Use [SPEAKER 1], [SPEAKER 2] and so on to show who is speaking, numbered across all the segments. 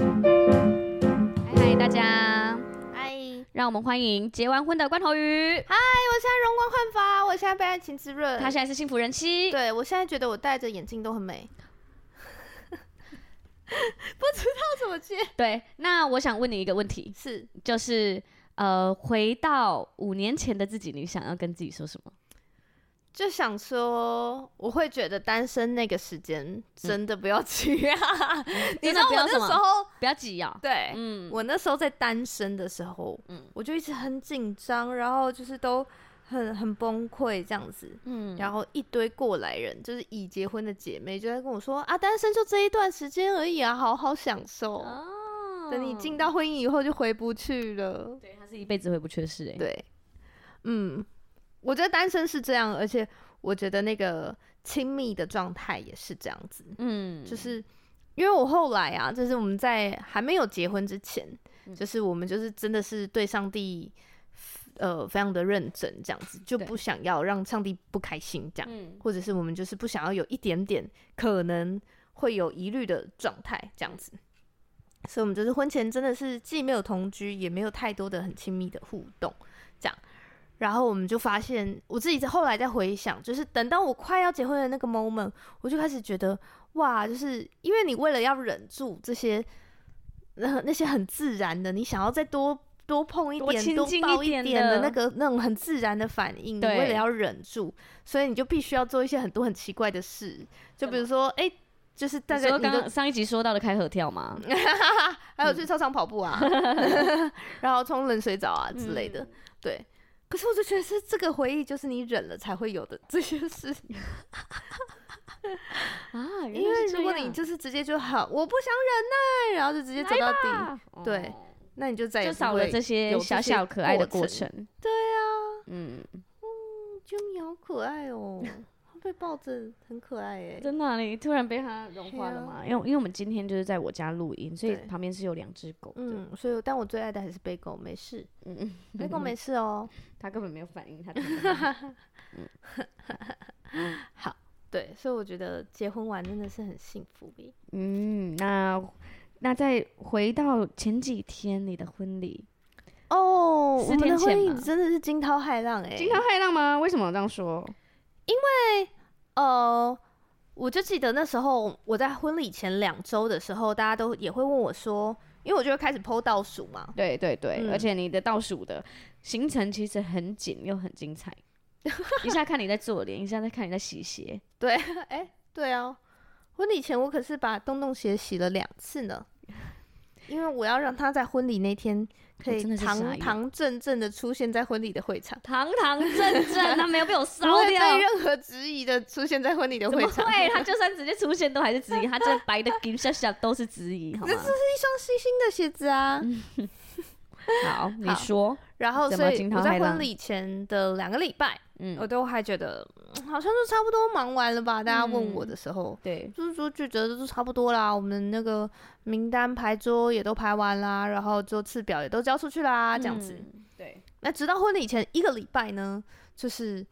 [SPEAKER 1] 嗨，大家，
[SPEAKER 2] 嗨，嗨，
[SPEAKER 1] 让我们欢迎结完婚的罐头鱼，
[SPEAKER 2] 哎我现在容光焕发，我现在被爱情滋润。
[SPEAKER 1] 他现在是幸福人妻。
[SPEAKER 2] 对我现在觉得我戴着眼镜都很美， 不知道怎么接。
[SPEAKER 1] 对，那我想问你一个问题，
[SPEAKER 2] 是
[SPEAKER 1] 就是呃，回到五年前的自己，你想要跟自己说什么？
[SPEAKER 2] 就想说，我会觉得单身那个时间真的不要去啊！ 你知
[SPEAKER 1] 真的
[SPEAKER 2] 道我
[SPEAKER 1] 不要
[SPEAKER 2] 那
[SPEAKER 1] 什么
[SPEAKER 2] 时候
[SPEAKER 1] 不要急啊、
[SPEAKER 2] 对，
[SPEAKER 1] 嗯，
[SPEAKER 2] 我那时候在单身的时候，
[SPEAKER 1] 嗯
[SPEAKER 2] 我就一直很紧张，然后就是都很很崩溃这样子。
[SPEAKER 1] 嗯
[SPEAKER 2] 然后一堆过来人，就是已结婚的姐妹，就在跟我说啊，单身就这一段时间而已啊，好好享受。
[SPEAKER 1] 哦
[SPEAKER 2] 等你进，到婚姻以后就回不去了。
[SPEAKER 1] 对，他是一辈子回不去的事哎、
[SPEAKER 2] 对，嗯，我觉得单身是这样，而且我觉得那个亲密的状态也是这样子。
[SPEAKER 1] 嗯，
[SPEAKER 2] 就是因为我后来啊，就是我们在还没有结婚之前，
[SPEAKER 1] 嗯
[SPEAKER 2] 就是我们就是真的是对上帝，呃，非常的认真，这样子就
[SPEAKER 1] 对
[SPEAKER 2] 不想要让上帝不开心，这样，
[SPEAKER 1] 嗯
[SPEAKER 2] 或者是我们就是不想要有一点点可能会有疑虑的状态，这样子。所以，我们就是婚前真的是既没有同居，也没有太多的很亲密的互动，这样。然后我们就发现，我自己在后来再回想，就是等到我快要结婚的那个 moment，我就开始觉得，哇，就是因为你为了要忍住这些，那那些很自然的，你想要再多多碰一
[SPEAKER 1] 多
[SPEAKER 2] 点、
[SPEAKER 1] 亲
[SPEAKER 2] 多
[SPEAKER 1] 近
[SPEAKER 2] 抱
[SPEAKER 1] 一点
[SPEAKER 2] 点的
[SPEAKER 1] 的
[SPEAKER 2] 那个那种很自然的反应，你
[SPEAKER 1] 对
[SPEAKER 2] 为了要忍住，所以你就必须要做一些很多很奇怪的事，就比如说，哎、就是大
[SPEAKER 1] 你
[SPEAKER 2] 家
[SPEAKER 1] 说
[SPEAKER 2] 你
[SPEAKER 1] 刚
[SPEAKER 2] 都
[SPEAKER 1] 刚嗯上一集说到的开合跳吗？
[SPEAKER 2] 还有去操场跑步 啊，然后冲冷水澡啊之类的，
[SPEAKER 1] 嗯
[SPEAKER 2] 对。可是我就觉得是这个回忆，就是你忍了才会有的这些事。
[SPEAKER 1] 啊，原
[SPEAKER 2] 因
[SPEAKER 1] 来
[SPEAKER 2] 为
[SPEAKER 1] 是这
[SPEAKER 2] 如果你
[SPEAKER 1] 样
[SPEAKER 2] 就是直接就好，我不想忍耐，然后就直接走到底，
[SPEAKER 1] 啊哦
[SPEAKER 2] 对那你就再也
[SPEAKER 1] 就
[SPEAKER 2] 不
[SPEAKER 1] 少了
[SPEAKER 2] 会
[SPEAKER 1] 这些
[SPEAKER 2] 有这
[SPEAKER 1] 小
[SPEAKER 2] 些
[SPEAKER 1] 小可爱的
[SPEAKER 2] 过
[SPEAKER 1] 过程。对啊，嗯，
[SPEAKER 2] 啾咪好可爱哦，它被抱着很可爱哎。
[SPEAKER 1] 真的啊、你突然被它融化
[SPEAKER 2] 对
[SPEAKER 1] 了
[SPEAKER 2] 啊
[SPEAKER 1] 吗？因为因为我们今天就是在我家录音，所以
[SPEAKER 2] 对
[SPEAKER 1] 旁边是有两只狗的。
[SPEAKER 2] 嗯，所以但我最爱的还是贝狗，没事，
[SPEAKER 1] 嗯，
[SPEAKER 2] 贝狗没事哦。
[SPEAKER 1] 它根本没有反 应，它真的
[SPEAKER 2] 对，所以我觉得结婚完真的是很幸福耶
[SPEAKER 1] 嗯，那那再回到前几天你的婚礼，
[SPEAKER 2] 哦，我
[SPEAKER 1] 四
[SPEAKER 2] 们
[SPEAKER 1] 天
[SPEAKER 2] 的婚
[SPEAKER 1] 前
[SPEAKER 2] 姻
[SPEAKER 1] 嘛
[SPEAKER 2] 真的是惊涛骇浪哎。
[SPEAKER 1] 惊涛骇浪啊吗？为什么这样说？
[SPEAKER 2] 呃，我就记得那时候我在婚礼前两周的时候，大家都也会问我说，因为我就会开始剖倒数嘛，
[SPEAKER 1] 对对对，
[SPEAKER 2] 嗯
[SPEAKER 1] 而且你的倒数的行程其实很紧又很精 彩，一下看你在做脸，一下再看你在洗鞋，
[SPEAKER 2] 哎、对啊，婚礼前我可是把洞洞鞋洗了两次呢，因为我要让他在婚礼那天可
[SPEAKER 1] 我
[SPEAKER 2] 以
[SPEAKER 1] 真的是傻
[SPEAKER 2] 堂
[SPEAKER 1] 眼
[SPEAKER 2] 堂正正的出现在婚礼的会场，
[SPEAKER 1] 堂堂正正，他没有被我
[SPEAKER 2] 不
[SPEAKER 1] 烧
[SPEAKER 2] 会
[SPEAKER 1] 掉。
[SPEAKER 2] 被任何质疑的出现在婚礼的
[SPEAKER 1] 怎
[SPEAKER 2] 会
[SPEAKER 1] 么
[SPEAKER 2] 场。
[SPEAKER 1] 会？他就算直接出现都还是质疑，他这白的金闪闪都是质疑，好吗
[SPEAKER 2] 这？这是一双新新的鞋子啊，
[SPEAKER 1] 好，你说，
[SPEAKER 2] 然后
[SPEAKER 1] 怎
[SPEAKER 2] 所
[SPEAKER 1] 么
[SPEAKER 2] 以
[SPEAKER 1] 惊
[SPEAKER 2] 我
[SPEAKER 1] 涛
[SPEAKER 2] 在
[SPEAKER 1] 骇
[SPEAKER 2] 婚
[SPEAKER 1] 浪
[SPEAKER 2] 礼前的两个礼拜，我
[SPEAKER 1] 嗯，
[SPEAKER 2] 都还觉得嗯好像就差不多忙完了吧。大家问
[SPEAKER 1] 嗯
[SPEAKER 2] 我的时候，
[SPEAKER 1] 对，
[SPEAKER 2] 就是说就觉得都差不多啦，我们那个名单排桌也都排完啦，然后就次表也都交出去啦，这样子。
[SPEAKER 1] 嗯，对，
[SPEAKER 2] 那直到婚礼前一个礼拜呢，就是，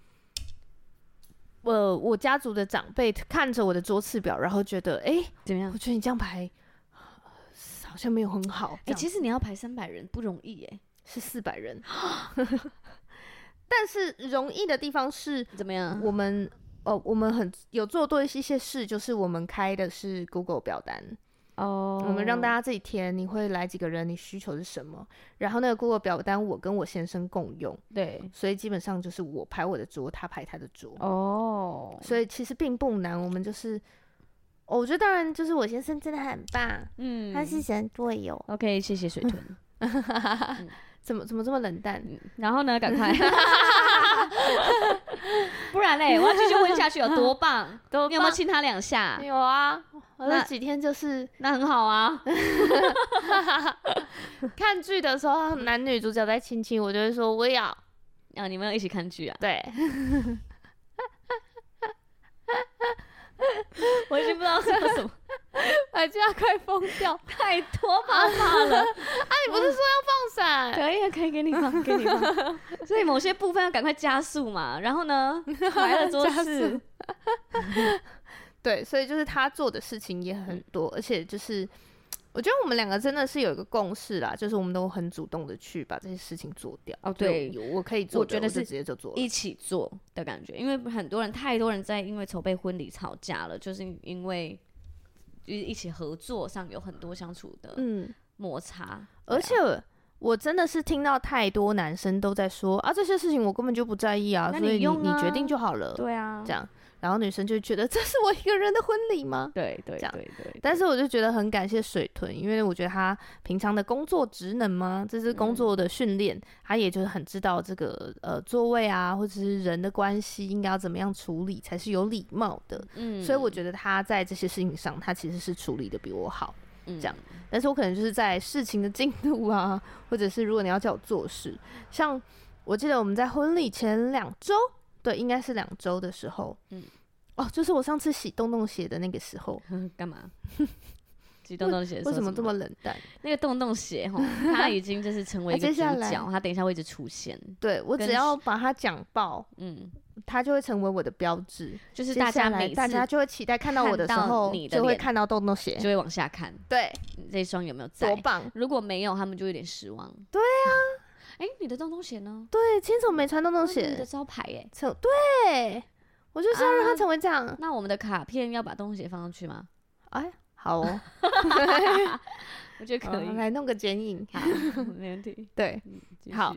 [SPEAKER 2] 呃，我家族的长辈看着我的桌次表，然后觉得，诶，
[SPEAKER 1] 怎么样
[SPEAKER 2] 我？觉得你这样排呃好像没有很好，
[SPEAKER 1] 哎，
[SPEAKER 2] 哎、
[SPEAKER 1] 其实你要排三百人不容易，哎，
[SPEAKER 2] 是四百人， 但是容易的地方是
[SPEAKER 1] 怎么样？
[SPEAKER 2] 我们。呃，我们很有做多一些事，就是我们开的是 Google 表单，
[SPEAKER 1] 哦
[SPEAKER 2] 我们让大家自己填，你会来几个人，你需求是什么，然后那个 Google 表单我跟我先生共用，
[SPEAKER 1] 对，
[SPEAKER 2] 所以基本上就是我排我的桌，他排他的桌，
[SPEAKER 1] 哦，
[SPEAKER 2] 所以其实并不难。我们就是，哦我觉得当然就是我先生真的很棒，
[SPEAKER 1] 嗯
[SPEAKER 2] 他是神队友。
[SPEAKER 1] OK，谢谢水豚。
[SPEAKER 2] 怎么怎么这么冷淡？
[SPEAKER 1] 嗯 然后呢？赶 快，不然嘞，我要继续问下去有 多棒？
[SPEAKER 2] 都
[SPEAKER 1] 你有没有亲他两下
[SPEAKER 2] 没？有啊？我
[SPEAKER 1] 那
[SPEAKER 2] 那几天就是
[SPEAKER 1] 那很好啊。
[SPEAKER 2] 看剧的时候，男女主角在亲亲，我就会说我也要，
[SPEAKER 1] 啊，你们有一起看剧啊？
[SPEAKER 2] 对，
[SPEAKER 1] 我已经不知道说什 么，
[SPEAKER 2] 哎，这样快疯掉！啊，
[SPEAKER 1] 太多爸爸了。
[SPEAKER 2] 你不是说要放伞？
[SPEAKER 1] 可以啊，可以给你放，给你放。 所以某些部分要赶快加速嘛。然后 呢，买了桌
[SPEAKER 2] 加
[SPEAKER 1] 子
[SPEAKER 2] 速， 对，所以就是他做的事情也很多，而且就是我觉得我们两个真的是有一个共识啦，就是我们都很主动的去把这些事情做掉。
[SPEAKER 1] 哦
[SPEAKER 2] 就
[SPEAKER 1] 对
[SPEAKER 2] 有我可以做的，
[SPEAKER 1] 我觉得是
[SPEAKER 2] 就直接就做了。
[SPEAKER 1] 一起做的感觉。因为很多人，太多人在因为筹备婚礼吵架了，就是因为就是一起合作上有很多相处的
[SPEAKER 2] 嗯，
[SPEAKER 1] 摩擦，
[SPEAKER 2] 而且我真的是听到太多男生都在说啊，这些事情我根本就不在意啊，
[SPEAKER 1] 那
[SPEAKER 2] 所
[SPEAKER 1] 你
[SPEAKER 2] 以
[SPEAKER 1] 用
[SPEAKER 2] 你
[SPEAKER 1] 啊
[SPEAKER 2] 决定就好了，
[SPEAKER 1] 对啊，
[SPEAKER 2] 这样。然后女生就觉得这是我一个人的婚礼吗？
[SPEAKER 1] 对对
[SPEAKER 2] 这样
[SPEAKER 1] 对对。
[SPEAKER 2] 但是我就觉得很感谢水豚，因为我觉得他平常的工作职能嘛，这是工作的训练，他也就是很知道这个呃座位啊，或者是人的关系应该要怎么样处理才是有礼貌的。
[SPEAKER 1] 嗯
[SPEAKER 2] 所以我觉得他在这些事情上，他其实是处理的比我好。
[SPEAKER 1] 嗯
[SPEAKER 2] 这样但是我可能就是在事情的进度啊，或者是如果你要叫我做事，像我记得我们在婚礼前两周，对，应该是两周的时候，嗯
[SPEAKER 1] 嗯，
[SPEAKER 2] 哦，就是我上次洗洞洞鞋的那个时候，
[SPEAKER 1] 干 嘛？激动动鞋
[SPEAKER 2] 为什
[SPEAKER 1] 么
[SPEAKER 2] 么这么冷淡？
[SPEAKER 1] 那个洞洞鞋哈，它已经就是成为一 个
[SPEAKER 2] 啊接
[SPEAKER 1] 主
[SPEAKER 2] 下来
[SPEAKER 1] 角，它等一下会一直出现。
[SPEAKER 2] 对我
[SPEAKER 1] 跟
[SPEAKER 2] 只要把它讲爆，
[SPEAKER 1] 嗯，
[SPEAKER 2] 它就会成为我的标志。
[SPEAKER 1] 就是
[SPEAKER 2] 接
[SPEAKER 1] 大
[SPEAKER 2] 下
[SPEAKER 1] 家
[SPEAKER 2] 来
[SPEAKER 1] 每次
[SPEAKER 2] 大家就会期待看到我的时候
[SPEAKER 1] 看到你，的
[SPEAKER 2] 就会
[SPEAKER 1] 脸
[SPEAKER 2] 看到洞洞鞋
[SPEAKER 1] 就。会往下看
[SPEAKER 2] 对，
[SPEAKER 1] 你这一双有没有在
[SPEAKER 2] 多。棒！
[SPEAKER 1] 如果没有，他们就有点失望。对 啊，哎，你的洞洞鞋呢？
[SPEAKER 2] 对，亲手没穿洞洞
[SPEAKER 1] 哦你的
[SPEAKER 2] 鞋，
[SPEAKER 1] 招牌耶。
[SPEAKER 2] 成对，我就是要让它
[SPEAKER 1] 啊
[SPEAKER 2] 成为这样。
[SPEAKER 1] 那我们的卡片要把洞洞鞋放上去 吗？
[SPEAKER 2] 哎，好 哦，
[SPEAKER 1] 我觉得可以
[SPEAKER 2] 好，哦来弄个剪影。
[SPEAKER 1] 好没问题。嗯
[SPEAKER 2] 对，
[SPEAKER 1] 继续
[SPEAKER 2] 好，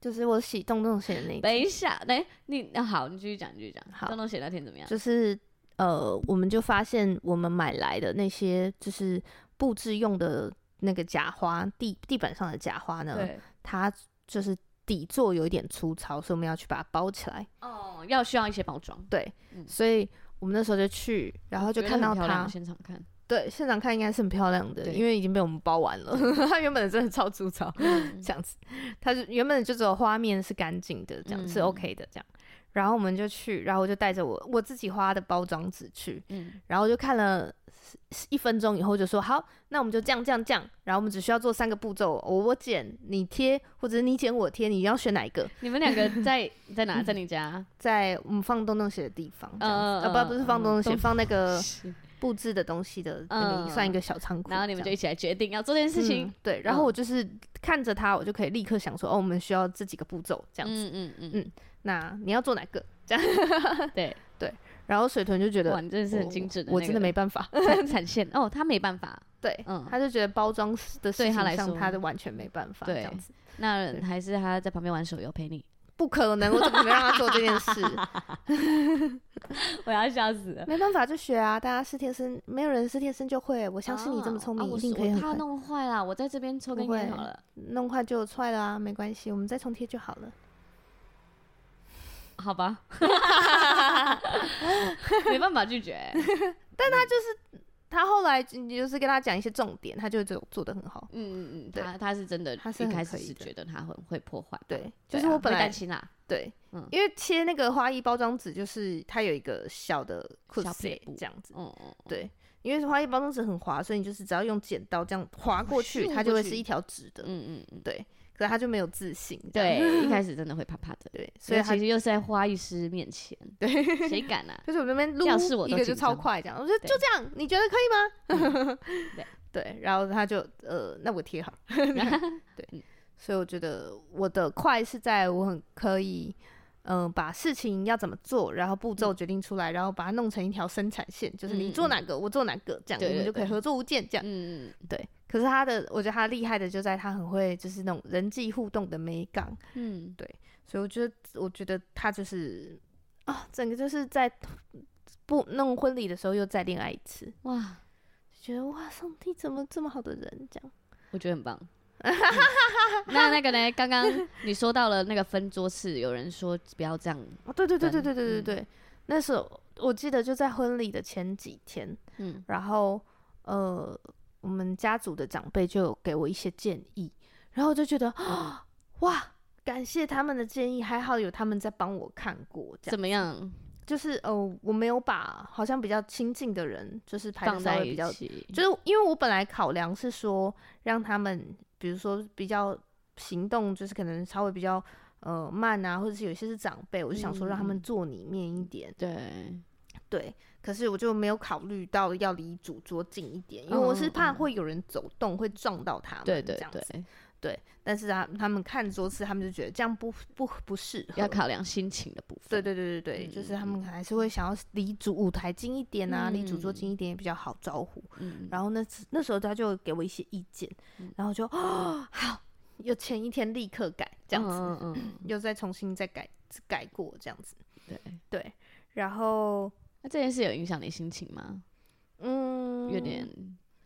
[SPEAKER 2] 就是我洗洞洞鞋的那一
[SPEAKER 1] 等
[SPEAKER 2] 天，
[SPEAKER 1] 一下，哎，你那好，你继续讲，你继续讲。
[SPEAKER 2] 好
[SPEAKER 1] 洞洞鞋那天怎么样？
[SPEAKER 2] 就是呃，我们就发现我们买来的那些就是布置用的那个假花，地地板上的假花呢，
[SPEAKER 1] 对，
[SPEAKER 2] 它就是底座有一点粗糙，所以我们要去把它包起来。
[SPEAKER 1] 哦，要需要一些包装。
[SPEAKER 2] 对，
[SPEAKER 1] 嗯
[SPEAKER 2] 所以我们那时候就去，然后就
[SPEAKER 1] 觉得
[SPEAKER 2] 看到
[SPEAKER 1] 很漂亮
[SPEAKER 2] 它，
[SPEAKER 1] 现场 看。
[SPEAKER 2] 对，现场看应该是很漂亮的，
[SPEAKER 1] 对嗯
[SPEAKER 2] 因为已经被我们包完了， 它原本的真的超粗糙，这样子，它是原本就只有花面是干净的，这样、是
[SPEAKER 1] 嗯
[SPEAKER 2] OK 的这样。然后我们就去，然后我就带着我我自己花的包装纸去，
[SPEAKER 1] 嗯，
[SPEAKER 2] 然后就看了一分钟以后就说好，那我们就这样这样这样，然后我们只需要做三个步骤，我我剪你贴，或者是你剪我贴，你要选哪一个？
[SPEAKER 1] 你们两个在在哪？在 你家？
[SPEAKER 2] 在我们放洞洞鞋的地方，这样
[SPEAKER 1] 嗯
[SPEAKER 2] 子，
[SPEAKER 1] 嗯
[SPEAKER 2] 啊不不是放
[SPEAKER 1] 嗯
[SPEAKER 2] 洞洞鞋，
[SPEAKER 1] 洞
[SPEAKER 2] 放那 个布置的东西的那个
[SPEAKER 1] 嗯
[SPEAKER 2] 算一个小仓库，
[SPEAKER 1] 然后你们
[SPEAKER 2] 这
[SPEAKER 1] 就
[SPEAKER 2] 样
[SPEAKER 1] 一起来决定要做这件事情
[SPEAKER 2] 嗯。对，然后我就是看着它，我就可以立刻想说，哦，我们需要这几个步骤这样子，
[SPEAKER 1] 嗯嗯嗯
[SPEAKER 2] 嗯那你要做哪个？
[SPEAKER 1] 嗯， 对，
[SPEAKER 2] 然后水豚就觉
[SPEAKER 1] 哇，
[SPEAKER 2] 得哦
[SPEAKER 1] 你真的是很精致的那个，
[SPEAKER 2] 我真的没办 法，
[SPEAKER 1] 产产线哦，他没办法，
[SPEAKER 2] 对，
[SPEAKER 1] 嗯
[SPEAKER 2] 他就觉得包装的事
[SPEAKER 1] 对
[SPEAKER 2] 情
[SPEAKER 1] 他来
[SPEAKER 2] 上
[SPEAKER 1] 说
[SPEAKER 2] 他都完全没办法这
[SPEAKER 1] 对
[SPEAKER 2] 样子，
[SPEAKER 1] 那还是他在旁边玩手游 陪你，
[SPEAKER 2] 不可能，我怎么能让他做这件 事？
[SPEAKER 1] 我要笑死了。
[SPEAKER 2] 没办法，就学啊！大家是天生，没有人是天生就会。我
[SPEAKER 1] 我
[SPEAKER 2] 相信你这么聪明，
[SPEAKER 1] 啊哦我
[SPEAKER 2] 一定可以
[SPEAKER 1] 我
[SPEAKER 2] 很
[SPEAKER 1] 怕
[SPEAKER 2] 快。
[SPEAKER 1] 弄坏了，我在这边抽根
[SPEAKER 2] 不会
[SPEAKER 1] 烟好了，
[SPEAKER 2] 弄坏就踹了啊，没关系，我们再重贴就好了。
[SPEAKER 1] 好吧， 没办法 拒绝。
[SPEAKER 2] 他后来你就是跟他讲一些重点，他就做做的很好。
[SPEAKER 1] 嗯嗯嗯，
[SPEAKER 2] 对
[SPEAKER 1] 他他是真的，
[SPEAKER 2] 他是
[SPEAKER 1] 一
[SPEAKER 2] 很
[SPEAKER 1] 开
[SPEAKER 2] 可
[SPEAKER 1] 始
[SPEAKER 2] 以
[SPEAKER 1] 是
[SPEAKER 2] 的
[SPEAKER 1] 觉得他很会破坏，
[SPEAKER 2] 对，就
[SPEAKER 1] 对
[SPEAKER 2] 是
[SPEAKER 1] 啊
[SPEAKER 2] 我本
[SPEAKER 1] 会
[SPEAKER 2] 来
[SPEAKER 1] 担心啦，
[SPEAKER 2] 对，
[SPEAKER 1] 嗯
[SPEAKER 2] 因为切那个花艺包装纸，就是它有一个小的库
[SPEAKER 1] 小
[SPEAKER 2] 塞
[SPEAKER 1] 撇步
[SPEAKER 2] 这样子。
[SPEAKER 1] 嗯嗯，嗯
[SPEAKER 2] 对，因为花艺包装纸很滑，所以你就是只要用剪刀这样划过去，
[SPEAKER 1] 咻
[SPEAKER 2] 它就
[SPEAKER 1] 过
[SPEAKER 2] 会
[SPEAKER 1] 去
[SPEAKER 2] 是一条直的。
[SPEAKER 1] 嗯嗯嗯，
[SPEAKER 2] 对，可是他就没有自信。这样
[SPEAKER 1] 对，一开始真的会怕怕的。
[SPEAKER 2] 对，嗯 所
[SPEAKER 1] 所以
[SPEAKER 2] 以他
[SPEAKER 1] 其实又是在花艺师面 前，对，谁敢啊？
[SPEAKER 2] 就是我那边录
[SPEAKER 1] 这样是我
[SPEAKER 2] 一
[SPEAKER 1] 都
[SPEAKER 2] 个就
[SPEAKER 1] 紧
[SPEAKER 2] 超
[SPEAKER 1] 张
[SPEAKER 2] 快这样，我说
[SPEAKER 1] 对嗯
[SPEAKER 2] 就这样，你觉得可以吗？
[SPEAKER 1] 对
[SPEAKER 2] 对，然后他就呃，那我贴 好，对，所以我觉得我的快是在我很可以。嗯，把事情要怎么做，然后步骤决定出来，然后把它弄成一条生产线，就是你
[SPEAKER 1] 嗯
[SPEAKER 2] 做哪个，我做哪个，这样
[SPEAKER 1] 对
[SPEAKER 2] 我们
[SPEAKER 1] 对
[SPEAKER 2] 就可以
[SPEAKER 1] 对
[SPEAKER 2] 合作无间这样。
[SPEAKER 1] 嗯，
[SPEAKER 2] 对，可是他的，我觉得他厉害的就在他很会，就是那种人际互动的美感，
[SPEAKER 1] 嗯，
[SPEAKER 2] 所以我觉得，我觉得他就是啊，整个就是在不弄婚礼的时候又再恋爱一次，
[SPEAKER 1] 哇，
[SPEAKER 2] 就觉得哇，上帝怎么这么好的人这样？
[SPEAKER 1] 我觉得 很棒。嗯那那个呢？刚刚你说到了那个分桌次，有人说不要这样，
[SPEAKER 2] 哦，对对对对对
[SPEAKER 1] 真
[SPEAKER 2] 对对对，那时候我记得就在婚礼的前几天，
[SPEAKER 1] 嗯
[SPEAKER 2] 然后呃，我嗯们家族的长辈就有给我一些建议，然后我就觉得、啊哇，感谢他们的建议，还好有他们在帮我看过，这样
[SPEAKER 1] 怎么样
[SPEAKER 2] 就是哦，我没有把好像比较亲近的人，就是排的
[SPEAKER 1] 放
[SPEAKER 2] 稍
[SPEAKER 1] 在
[SPEAKER 2] 微比
[SPEAKER 1] 一
[SPEAKER 2] 较
[SPEAKER 1] 起？
[SPEAKER 2] 就是因为我本来考量是说让他们，比如说比较行动，就是可能稍微比较呃慢啊，或者是有些是长辈，我就想说让他们
[SPEAKER 1] 嗯
[SPEAKER 2] 坐里面一点，
[SPEAKER 1] 对，
[SPEAKER 2] 对。可是我就没有考虑到要离主桌近一点，因为我是怕
[SPEAKER 1] 嗯嗯嗯
[SPEAKER 2] 会有人走动会撞到他们，
[SPEAKER 1] 对对
[SPEAKER 2] 这样子。
[SPEAKER 1] 对，
[SPEAKER 2] 但是他他们看桌次，他们就觉得这样不不不适合，
[SPEAKER 1] 要考量心情的部
[SPEAKER 2] 对
[SPEAKER 1] 分。
[SPEAKER 2] 对对对对，就是他
[SPEAKER 1] 嗯
[SPEAKER 2] 们还是会想要离主舞台近一点啊，离主桌
[SPEAKER 1] 嗯
[SPEAKER 2] 近一点也比较好招呼。
[SPEAKER 1] 嗯，
[SPEAKER 2] 然后那次那时候他就给我一些意见，然后就哦好，又前一天立刻改这样子，
[SPEAKER 1] 嗯嗯嗯，
[SPEAKER 2] 又再重新再改改过这样子，
[SPEAKER 1] 对。
[SPEAKER 2] 对，然后
[SPEAKER 1] 那这件事有影响你心情吗？
[SPEAKER 2] 嗯，
[SPEAKER 1] 有点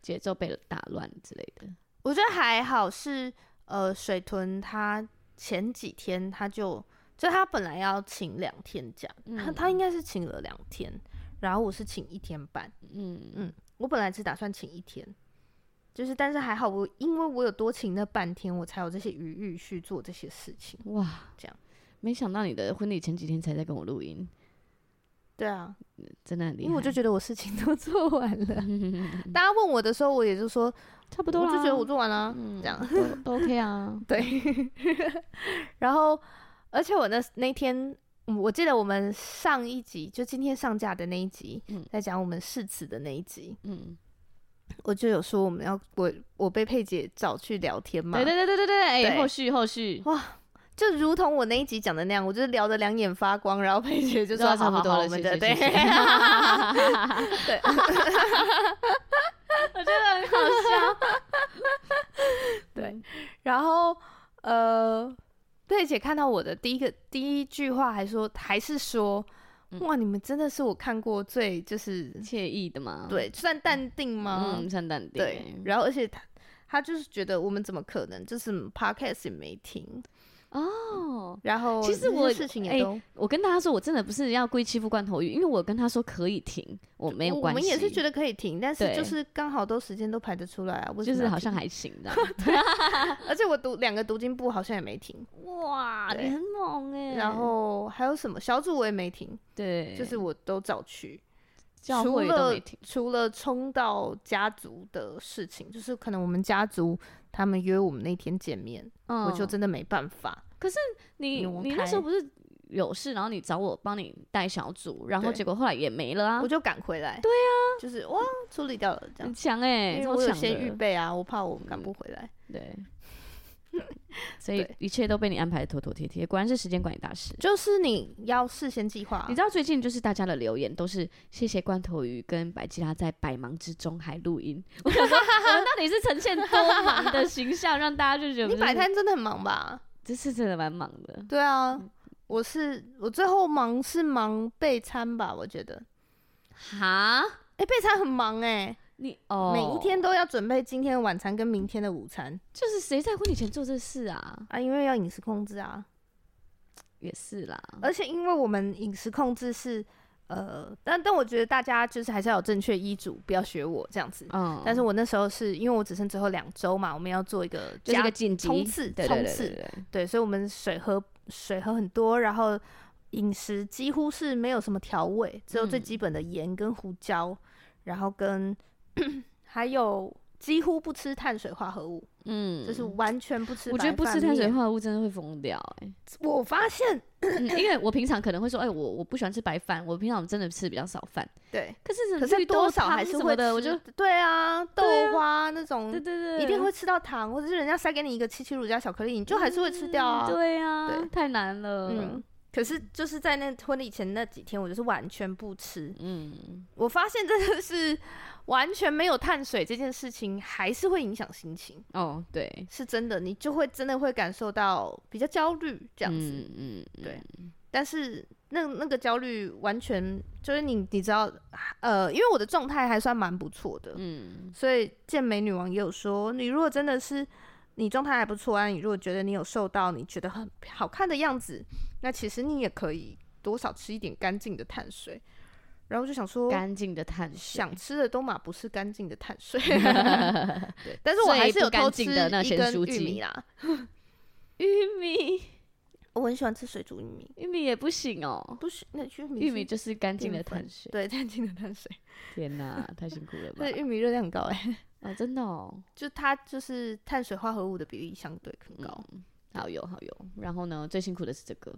[SPEAKER 1] 节奏被打乱之类的。
[SPEAKER 2] 我觉得还好是，呃，水豚他前几天他就就他本来要请两天假，他
[SPEAKER 1] 嗯
[SPEAKER 2] 他应该是请了两天，然后我是请一天半，
[SPEAKER 1] 嗯
[SPEAKER 2] 嗯我本来只打算请一天，就是但是还好我因为我有多请那半天，我才有这些余裕去做这些事情。
[SPEAKER 1] 哇，
[SPEAKER 2] 这样，
[SPEAKER 1] 没想到你的婚礼前几天才在跟我录音，
[SPEAKER 2] 对啊，
[SPEAKER 1] 真的很厉害。
[SPEAKER 2] 因为我就觉得我事情都 做完了。 大家问我的时候，我也就说，
[SPEAKER 1] 差不
[SPEAKER 2] 我
[SPEAKER 1] 多啦，
[SPEAKER 2] 就觉得我做完了啊、
[SPEAKER 1] 嗯
[SPEAKER 2] 这样。
[SPEAKER 1] 都都 OK 啊。
[SPEAKER 2] 然后，而且我那那天，嗯我记得我们上一集就今天上架的那一集，
[SPEAKER 1] 嗯
[SPEAKER 2] 在讲我们誓词的那一集，
[SPEAKER 1] 嗯，
[SPEAKER 2] 我就有说我们要我我被佩姐找去聊天嘛，
[SPEAKER 1] 对对对对对对，哎，
[SPEAKER 2] 对
[SPEAKER 1] 后续后续
[SPEAKER 2] 就如同我那一集讲的那样，我就是聊得两眼发光，然后佩姐就
[SPEAKER 1] 就
[SPEAKER 2] 说
[SPEAKER 1] 说差不多
[SPEAKER 2] 好好好
[SPEAKER 1] 了，
[SPEAKER 2] 我们
[SPEAKER 1] 谢
[SPEAKER 2] 的
[SPEAKER 1] 谢
[SPEAKER 2] 对
[SPEAKER 1] 谢谢
[SPEAKER 2] 对，
[SPEAKER 1] 我觉得很好笑。
[SPEAKER 2] 对，然后呃，佩姐看到我的第一个第一句话还说还是说，
[SPEAKER 1] 嗯
[SPEAKER 2] 哇，你们真的是我看过最就是
[SPEAKER 1] 惬意的嘛，，
[SPEAKER 2] 对算淡定吗？
[SPEAKER 1] 嗯，算淡定，
[SPEAKER 2] 对，然后而且他他就是觉得我们怎么可能，就是 podcast 也没听，
[SPEAKER 1] 哦，
[SPEAKER 2] 然后
[SPEAKER 1] 其实
[SPEAKER 2] 那些
[SPEAKER 1] 我
[SPEAKER 2] 事情也
[SPEAKER 1] 哎
[SPEAKER 2] 都、
[SPEAKER 1] 我跟大家说，我真的不是要故意欺负罐头鱼，因为我跟他说可以停，我没有
[SPEAKER 2] 我
[SPEAKER 1] 关系，
[SPEAKER 2] 们也是觉得可以听，但是
[SPEAKER 1] 对
[SPEAKER 2] 就是刚好都时间都排得出来啊，为什么
[SPEAKER 1] 就是
[SPEAKER 2] 要
[SPEAKER 1] 好像
[SPEAKER 2] 停，
[SPEAKER 1] 还行 的。
[SPEAKER 2] 而且我读两个读经部好像也没听，
[SPEAKER 1] 哇
[SPEAKER 2] 对
[SPEAKER 1] 很猛哎
[SPEAKER 2] 欸然后还有什么小组我也没听，
[SPEAKER 1] 对，
[SPEAKER 2] 就是我都照去。
[SPEAKER 1] 教
[SPEAKER 2] 除
[SPEAKER 1] 会都没
[SPEAKER 2] 了
[SPEAKER 1] 停。
[SPEAKER 2] 除了冲到家族的事情，就是可能我们家族他们约我们那天见面，
[SPEAKER 1] 嗯
[SPEAKER 2] 我就真的没办法。
[SPEAKER 1] 你
[SPEAKER 2] 挪
[SPEAKER 1] 你那时候
[SPEAKER 2] 开
[SPEAKER 1] 不是有事，然后你找我帮你带小组，然后
[SPEAKER 2] 对
[SPEAKER 1] 结果后来也没了啊
[SPEAKER 2] 我，就赶回来。对啊，就是哇，处理掉了这样
[SPEAKER 1] 很。强哎，
[SPEAKER 2] 因为
[SPEAKER 1] 超
[SPEAKER 2] 我有
[SPEAKER 1] 强
[SPEAKER 2] 先预
[SPEAKER 1] 的，嗯
[SPEAKER 2] 备啊，我怕我赶不回来。
[SPEAKER 1] 对。 所以
[SPEAKER 2] 对
[SPEAKER 1] 一切都被你安排的妥妥帖帖，果然是时间管理大师。
[SPEAKER 2] 就是你要事先计划啊
[SPEAKER 1] 你，知道最近就是大家的留言都是谢谢罐头鱼跟白吉拉在百忙之中还录音，我想说我们到底是呈现多忙的形象，让大家就觉得
[SPEAKER 2] 你
[SPEAKER 1] 我们
[SPEAKER 2] 摆
[SPEAKER 1] 真是
[SPEAKER 2] 摊真的很忙吧？
[SPEAKER 1] 这次真的蛮忙的。
[SPEAKER 2] 对啊，
[SPEAKER 1] 嗯
[SPEAKER 2] 我是我最后忙是忙备餐吧，我觉得。
[SPEAKER 1] 哈，
[SPEAKER 2] 哎、备餐很忙哎、
[SPEAKER 1] 你哦，
[SPEAKER 2] 每一天都要准备今天的晚餐跟明天的午餐
[SPEAKER 1] 就是谁在婚礼前做这事啊？
[SPEAKER 2] 啊，因为要饮食控制啊，
[SPEAKER 1] 也是啦，
[SPEAKER 2] 而且因为我们饮食控制是呃，但但我觉得大家就是还是要有正确医嘱，不要学我这样子。
[SPEAKER 1] 嗯，
[SPEAKER 2] 但是我那时候是因为我只剩最后两周嘛，我们要做一个
[SPEAKER 1] 就是一
[SPEAKER 2] 加
[SPEAKER 1] 个紧急
[SPEAKER 2] 冲刺
[SPEAKER 1] 对对
[SPEAKER 2] 冲
[SPEAKER 1] 对
[SPEAKER 2] 刺嗯
[SPEAKER 1] 对对对
[SPEAKER 2] 对，所以我们水喝水喝很多，然后饮食几乎是没有什么调味，只有最
[SPEAKER 1] 嗯
[SPEAKER 2] 基本的盐跟胡椒，然后跟 还有几乎不吃碳水化合物，
[SPEAKER 1] 嗯，
[SPEAKER 2] 就是完全不吃。
[SPEAKER 1] 我觉得不吃碳水，化合物真的会疯掉哎、
[SPEAKER 2] 我发现
[SPEAKER 1] 嗯因为我平常可能会说，哎、我我不喜欢吃白饭，我平常真的吃比较少饭，
[SPEAKER 2] 对，
[SPEAKER 1] 可是
[SPEAKER 2] 可是
[SPEAKER 1] 绿豆
[SPEAKER 2] 多少
[SPEAKER 1] 汤
[SPEAKER 2] 还是
[SPEAKER 1] 什
[SPEAKER 2] 会
[SPEAKER 1] 么的，我
[SPEAKER 2] 吃
[SPEAKER 1] 就
[SPEAKER 2] 对啊，豆
[SPEAKER 1] 对啊
[SPEAKER 2] 花那种
[SPEAKER 1] 对对对，
[SPEAKER 2] 一定会吃到糖，或者是人家塞给你一个七七乳加小颗粒，你就还是会吃掉啊。
[SPEAKER 1] 嗯对啊，
[SPEAKER 2] 对
[SPEAKER 1] 太难了，
[SPEAKER 2] 嗯
[SPEAKER 1] 嗯
[SPEAKER 2] 可是就是在那婚礼前那几天，我就是完全不吃，
[SPEAKER 1] 嗯，
[SPEAKER 2] 我发现真的是完全没有碳水这件事情，还是会影响心情，
[SPEAKER 1] 哦对，
[SPEAKER 2] 是真的，你就会真的会感受到比较焦虑这
[SPEAKER 1] 这
[SPEAKER 2] 样子。
[SPEAKER 1] 嗯嗯，嗯
[SPEAKER 2] 对但是那那个焦虑完全就是你你知道，呃，因为我的状态还算蛮不错的，
[SPEAKER 1] 嗯
[SPEAKER 2] 所以健美女王也有说，你如果真的是你状态还不错啊，你如果觉得你有瘦到你觉得很好看的样子，那其实你也可以多少吃一点干净的碳水。然后我就想说，
[SPEAKER 1] 干净的碳水，
[SPEAKER 2] 想吃的都嘛不是干净的碳 水，对，但是我还是有偷吃
[SPEAKER 1] 最不干净的那
[SPEAKER 2] 一
[SPEAKER 1] 咸
[SPEAKER 2] 根
[SPEAKER 1] 酥
[SPEAKER 2] 玉
[SPEAKER 1] 鸡
[SPEAKER 2] 米啦，
[SPEAKER 1] 玉米，
[SPEAKER 2] 我很喜欢吃水煮玉米，
[SPEAKER 1] 玉米也不行哦，
[SPEAKER 2] 不是那玉米
[SPEAKER 1] 玉
[SPEAKER 2] 是
[SPEAKER 1] 米就是干净的
[SPEAKER 2] 淀粉
[SPEAKER 1] 碳水。
[SPEAKER 2] 对 碳净的碳水，
[SPEAKER 1] 天 哪，太辛苦了吧
[SPEAKER 2] 对？玉米热量很高哎、
[SPEAKER 1] 啊，真的哦，
[SPEAKER 2] 就它就是碳水化合物的比例相对很高。
[SPEAKER 1] 嗯好油好油。然后呢，最辛苦的是这个，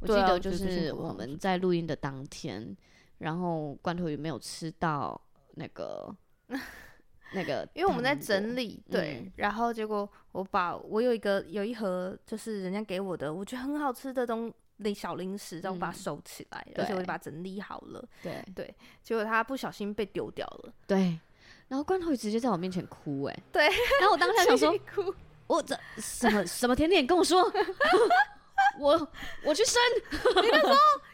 [SPEAKER 1] 我记
[SPEAKER 2] 对啊
[SPEAKER 1] 得
[SPEAKER 2] 我觉
[SPEAKER 1] 就
[SPEAKER 2] 得最辛
[SPEAKER 1] 是
[SPEAKER 2] 苦的
[SPEAKER 1] 我
[SPEAKER 2] 好像
[SPEAKER 1] 们在录音的当天，然后罐头鱼没有吃到那 个那个，
[SPEAKER 2] 因为我们在整
[SPEAKER 1] 理，
[SPEAKER 2] 理，对，
[SPEAKER 1] 嗯
[SPEAKER 2] 然后结果我把我有一个有一盒就是人家给我的，我觉得很好吃的东零小零食，然后我把它
[SPEAKER 1] 嗯
[SPEAKER 2] 收起来，而且我
[SPEAKER 1] 对
[SPEAKER 2] 就把它整理好了。
[SPEAKER 1] 对
[SPEAKER 2] 结果它不小心被丢掉了，
[SPEAKER 1] 对。然后罐头鱼直接在我面前哭、哎，
[SPEAKER 2] 对。
[SPEAKER 1] 然后 我当下想说
[SPEAKER 2] 气，哭
[SPEAKER 1] 我这什么什么甜点跟我 说，我我去生，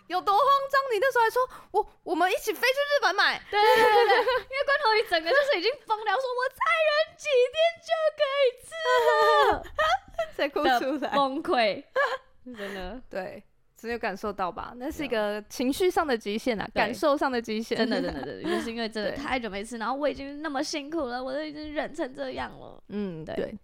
[SPEAKER 2] 有多慌张，你那时候还说我我们一起飞去日本买，
[SPEAKER 1] 对对对对，因为罐头鱼整个就是已经疯了，我说我再忍几天就可以吃了。
[SPEAKER 2] 才哭
[SPEAKER 1] 的
[SPEAKER 2] 出来，
[SPEAKER 1] 崩溃，真的，
[SPEAKER 2] 对。只有感受到吧，那是一个情绪上的极限啊，感受上的极限，
[SPEAKER 1] 真的，真 的，真的，就是因为真的
[SPEAKER 2] 对
[SPEAKER 1] 太久没吃，然后我已经那么辛苦了，我都已经忍成这样了。
[SPEAKER 2] 嗯，
[SPEAKER 1] 对
[SPEAKER 2] 对。嗯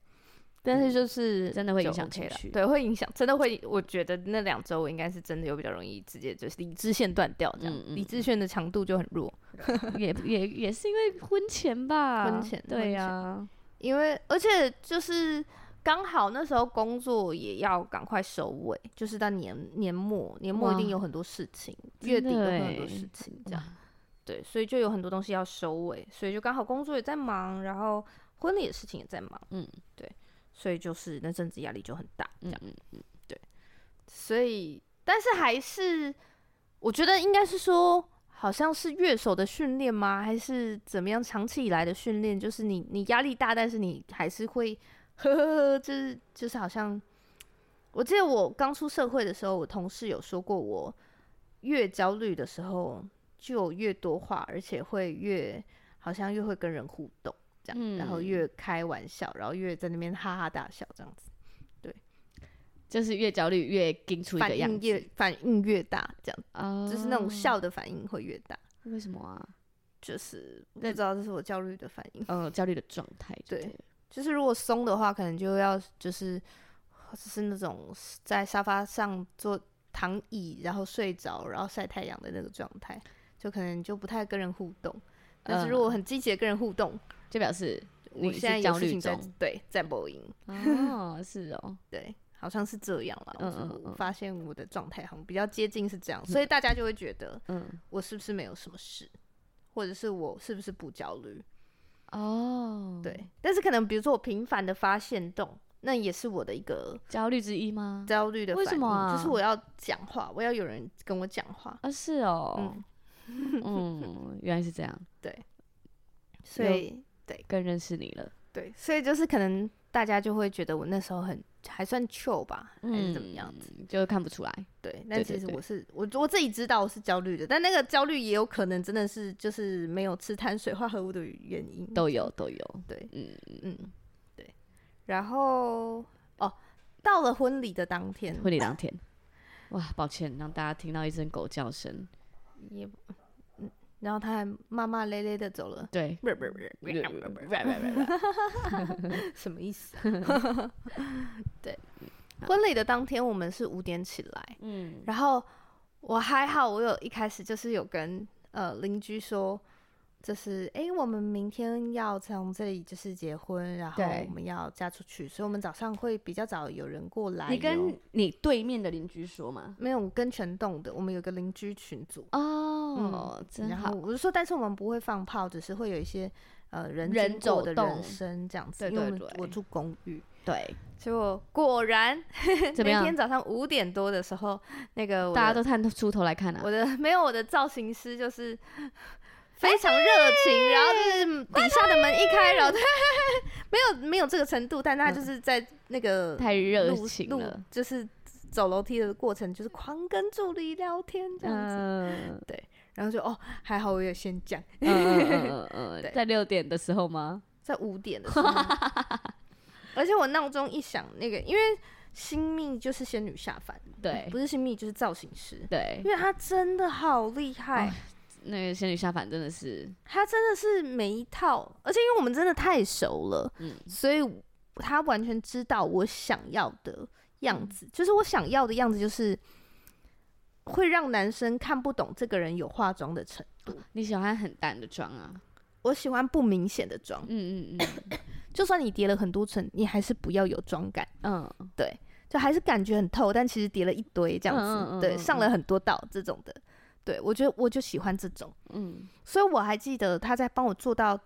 [SPEAKER 2] 但是就是
[SPEAKER 1] 真的会
[SPEAKER 2] 就
[SPEAKER 1] 影响
[SPEAKER 2] OK
[SPEAKER 1] 情
[SPEAKER 2] 啦
[SPEAKER 1] 绪
[SPEAKER 2] 对，会影响，真的会。我觉得那两周我应该是真的有比较容易直接就是理智线断掉，这样、
[SPEAKER 1] 嗯嗯
[SPEAKER 2] 理智线的强度就很弱。
[SPEAKER 1] 也也也是因为婚前吧，
[SPEAKER 2] 婚前
[SPEAKER 1] 对啊呀、
[SPEAKER 2] 因为而且就是刚好那时候工作也要赶快收尾，就是到年年末，年末一定
[SPEAKER 1] 哇
[SPEAKER 2] 有很多事情，
[SPEAKER 1] 真
[SPEAKER 2] 月底有
[SPEAKER 1] 的
[SPEAKER 2] 很多
[SPEAKER 1] 欸
[SPEAKER 2] 事情这样。对，所以就有很多东西要收尾，所以就刚好工作也在忙，然后婚礼的事情也在忙，
[SPEAKER 1] 嗯，
[SPEAKER 2] 对，所以就是那阵子压力就很大，这
[SPEAKER 1] 嗯
[SPEAKER 2] 样，
[SPEAKER 1] 嗯
[SPEAKER 2] 对，所以但是还是我觉得应该是说，好像是乐手的训练吗，还是怎么样？长期以来的训练，就是你你压力大，但是你还是会 呵呵呵，就是就是好像，我记得我刚出社会的时候，我同事有说过我越焦虑的时候。就有越多话，而且会越好像越会跟人互动这样，然后
[SPEAKER 1] 嗯
[SPEAKER 2] 越开玩笑，然后越在那边哈哈大笑这样子，
[SPEAKER 1] 就是越焦虑越盯出一个
[SPEAKER 2] 反
[SPEAKER 1] 样
[SPEAKER 2] 应越
[SPEAKER 1] 子
[SPEAKER 2] 反应越大，这样、
[SPEAKER 1] 啊
[SPEAKER 2] 就是那种。笑的反应会越大，
[SPEAKER 1] 为什么啊？
[SPEAKER 2] 就是我不
[SPEAKER 1] 那
[SPEAKER 2] 知道这是我焦虑的反应，
[SPEAKER 1] 呃，焦虑的状态就
[SPEAKER 2] 对
[SPEAKER 1] 了。
[SPEAKER 2] 就是如果松的话，可能就要就是就是那种在沙发上坐躺椅，然后睡着，然后晒太阳的那个状态，就可能就不太跟人互动。但是如果
[SPEAKER 1] 嗯
[SPEAKER 2] 很积极的跟人互动，
[SPEAKER 1] 就表示
[SPEAKER 2] 我
[SPEAKER 1] 你
[SPEAKER 2] 现在
[SPEAKER 1] 是
[SPEAKER 2] 有
[SPEAKER 1] 焦
[SPEAKER 2] 事
[SPEAKER 1] 虑
[SPEAKER 2] 情在
[SPEAKER 1] 中
[SPEAKER 2] 对在播音，
[SPEAKER 1] 哦，是哦，
[SPEAKER 2] 对，好像是这样啦。
[SPEAKER 1] 嗯
[SPEAKER 2] 嗯
[SPEAKER 1] 嗯
[SPEAKER 2] 嗯
[SPEAKER 1] 嗯
[SPEAKER 2] 我发现我的状态好像比较接近是这样，所以大家就会觉得
[SPEAKER 1] 嗯，
[SPEAKER 2] 我是不是没有什么事，或者是我是不是不焦虑？
[SPEAKER 1] 哦，，
[SPEAKER 2] 对，但是可能比如说我频繁的发现动，那也是我的一个
[SPEAKER 1] 焦虑之一吗？
[SPEAKER 2] 焦虑的
[SPEAKER 1] 为
[SPEAKER 2] 反应，
[SPEAKER 1] 什么啊
[SPEAKER 2] 就是我要讲话，我要有人跟我讲话，
[SPEAKER 1] 啊，是哦，
[SPEAKER 2] 嗯，
[SPEAKER 1] 嗯，原来是这样，
[SPEAKER 2] 所以
[SPEAKER 1] 更认识你了。
[SPEAKER 2] 对，所以就是可能大家就会觉得我那时候很还算 chill 吧，还是怎么样子。
[SPEAKER 1] 嗯，就看不出来。
[SPEAKER 2] 对，
[SPEAKER 1] 对
[SPEAKER 2] 但
[SPEAKER 1] 对
[SPEAKER 2] 其实
[SPEAKER 1] 对
[SPEAKER 2] 我是我我自己知道我是焦虑的，但那个焦虑也有可能真的是就是没有吃碳水化合物的原因
[SPEAKER 1] 都有都有，
[SPEAKER 2] 对，
[SPEAKER 1] 嗯，
[SPEAKER 2] 嗯，对。然后哦，到了婚礼的当天，
[SPEAKER 1] 婚礼当天，哇，抱歉让大家听到一声狗叫声，
[SPEAKER 2] 也不，嗯，然后他还骂骂咧咧的走了，
[SPEAKER 1] 对，
[SPEAKER 2] 不是不是不是不是不是不是 什么意思啊？对，婚礼的当天我们是五点起来，
[SPEAKER 1] 嗯，
[SPEAKER 2] 然后我还好，我有一开始就是有跟呃邻居说，就是诶，我们明天要从这里就是结婚，然后
[SPEAKER 1] 对
[SPEAKER 2] 我们要嫁出去，所以我们早上会比较早有人过来哟。
[SPEAKER 1] 你跟你对面的邻居说吗？
[SPEAKER 2] 没有我跟全栋的，我们有个邻居群组。
[SPEAKER 1] 哦，真
[SPEAKER 2] 嗯然后
[SPEAKER 1] 好，
[SPEAKER 2] 我就说，但是我们不会放炮，只是会有一些呃人
[SPEAKER 1] 人
[SPEAKER 2] 经过
[SPEAKER 1] 走
[SPEAKER 2] 的
[SPEAKER 1] 动
[SPEAKER 2] 人声这样子。
[SPEAKER 1] 对
[SPEAKER 2] 因为我
[SPEAKER 1] 对
[SPEAKER 2] 们
[SPEAKER 1] 对
[SPEAKER 2] 我住公寓，
[SPEAKER 1] 对，
[SPEAKER 2] 结果果然
[SPEAKER 1] 怎
[SPEAKER 2] 那
[SPEAKER 1] 么样
[SPEAKER 2] 天？早上五点多的时候，那个我
[SPEAKER 1] 大家
[SPEAKER 2] 的
[SPEAKER 1] 都探出头来看啊
[SPEAKER 2] 我，的没有我的造型师就是 非常热情，然后就是底下的门一开，然后 没有没有这个程度，但他就是在那个
[SPEAKER 1] 太热
[SPEAKER 2] 路
[SPEAKER 1] 情
[SPEAKER 2] 路
[SPEAKER 1] 了，
[SPEAKER 2] 就是走楼梯的过程，就是狂跟助理聊天这样子，
[SPEAKER 1] 嗯
[SPEAKER 2] 然后就哦还好我有先讲，
[SPEAKER 1] 嗯嗯嗯嗯 嗯，
[SPEAKER 2] 对
[SPEAKER 1] 在六点的时候吗？
[SPEAKER 2] 在五点的时候， 而且我闹钟一响，那个因为新密就是仙女下凡，
[SPEAKER 1] 对
[SPEAKER 2] 不是新密就是造型师。
[SPEAKER 1] 对
[SPEAKER 2] 因，为他真的好厉害，
[SPEAKER 1] 那个仙女下凡真的是，
[SPEAKER 2] 他真的是每一套，而且因为我们真的太熟了，
[SPEAKER 1] 嗯
[SPEAKER 2] 所以他完全知道我想要的样子，就是我想要的样子，就是会让男生看不懂这个人有化妆的程度。
[SPEAKER 1] 你喜欢很淡的妆啊？
[SPEAKER 2] 我喜欢不明显的妆，
[SPEAKER 1] 嗯嗯 嗯
[SPEAKER 2] 就算你叠了很多层，你还是不要有妆感，
[SPEAKER 1] 嗯，
[SPEAKER 2] 就还是感觉很透，但其实叠了一堆这样子，
[SPEAKER 1] 嗯嗯嗯
[SPEAKER 2] 对，
[SPEAKER 1] 嗯
[SPEAKER 2] 上了很多道这种的，对我觉得我就喜欢这种。
[SPEAKER 1] 嗯
[SPEAKER 2] 所以我还记得他在帮我做到，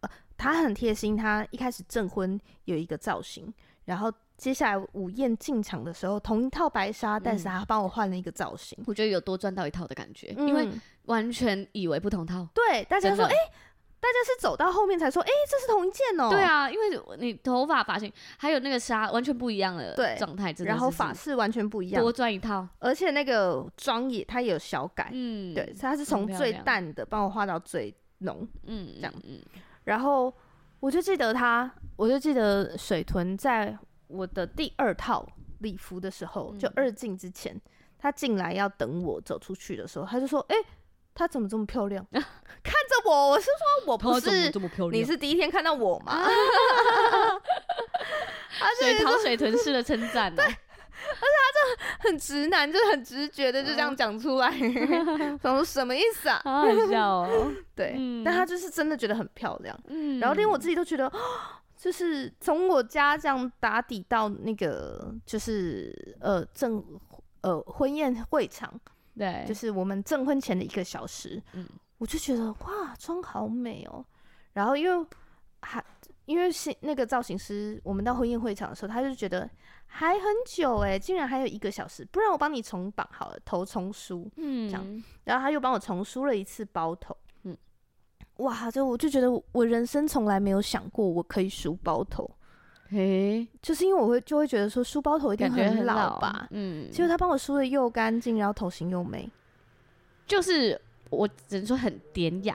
[SPEAKER 2] 呃，他很贴心。他一开始证婚有一个造型，然后接下来午宴进场的时候，同一套白纱，但是
[SPEAKER 1] 嗯
[SPEAKER 2] 他帮我换了一个造型，
[SPEAKER 1] 我觉得有多赚到一套的感觉，因为
[SPEAKER 2] 嗯
[SPEAKER 1] 完全以为不同套。
[SPEAKER 2] 对大家
[SPEAKER 1] 真
[SPEAKER 2] 说，
[SPEAKER 1] 的
[SPEAKER 2] 哎、大家是走到后面才说，哎、这是同一件哦、
[SPEAKER 1] 对，啊，因为你头发发型还有那个纱完全不一样的
[SPEAKER 2] 对
[SPEAKER 1] 状态，真的
[SPEAKER 2] 然后
[SPEAKER 1] 是
[SPEAKER 2] 发
[SPEAKER 1] 是
[SPEAKER 2] 饰完全不一样
[SPEAKER 1] 多，赚一套，
[SPEAKER 2] 而且那个妆也他也有小改，
[SPEAKER 1] 嗯，
[SPEAKER 2] 对，所以他是
[SPEAKER 1] 很
[SPEAKER 2] 从
[SPEAKER 1] 漂
[SPEAKER 2] 最
[SPEAKER 1] 亮
[SPEAKER 2] 淡的帮我画到最浓，
[SPEAKER 1] 嗯，
[SPEAKER 2] 这样
[SPEAKER 1] 嗯，
[SPEAKER 2] 然后我就记得他，我就记得水豚在我的第二套礼服的时候，就
[SPEAKER 1] 嗯
[SPEAKER 2] 二进之前，他进来要等我走出去的时候，他就说：“哎、她怎么这么漂 亮？”看着我，我是说我不是
[SPEAKER 1] 这么漂
[SPEAKER 2] 你是第一天看到我吗？ 他就
[SPEAKER 1] 水糖水豚式的称赞哦 呢，
[SPEAKER 2] 很直男，就是很直觉的就
[SPEAKER 1] 嗯
[SPEAKER 2] 这样讲出来， 想说什么意思啊？
[SPEAKER 1] 好好笑哦，
[SPEAKER 2] 对，
[SPEAKER 1] 嗯
[SPEAKER 2] 但他就是真的觉得很漂亮。
[SPEAKER 1] 嗯，
[SPEAKER 2] 然后连我自己都觉得，就是从我家这样打底到那个，就是呃证呃婚宴会场，
[SPEAKER 1] 对，
[SPEAKER 2] 就是是我们证婚前的一个小时，
[SPEAKER 1] 嗯
[SPEAKER 2] 我就觉得哇，妆好美哦。然后因为还因为是那个造型师，我们到婚宴会场的时候，他就觉得还很久哎、竟然还有一个小时，不然我帮你重绑好了，头重梳。
[SPEAKER 1] 嗯
[SPEAKER 2] 这然后他又帮我重梳了一次包头。
[SPEAKER 1] 嗯
[SPEAKER 2] 嗯，哇，这我就觉得我我人生从来没有想过我可以梳包头，
[SPEAKER 1] 嘿，
[SPEAKER 2] 就是因为我会就会觉得说梳包头一定
[SPEAKER 1] 感觉很
[SPEAKER 2] 老吧。
[SPEAKER 1] 嗯，
[SPEAKER 2] 结果他帮我梳的又干净，然后头型又美，
[SPEAKER 1] 就是我只能说很典雅，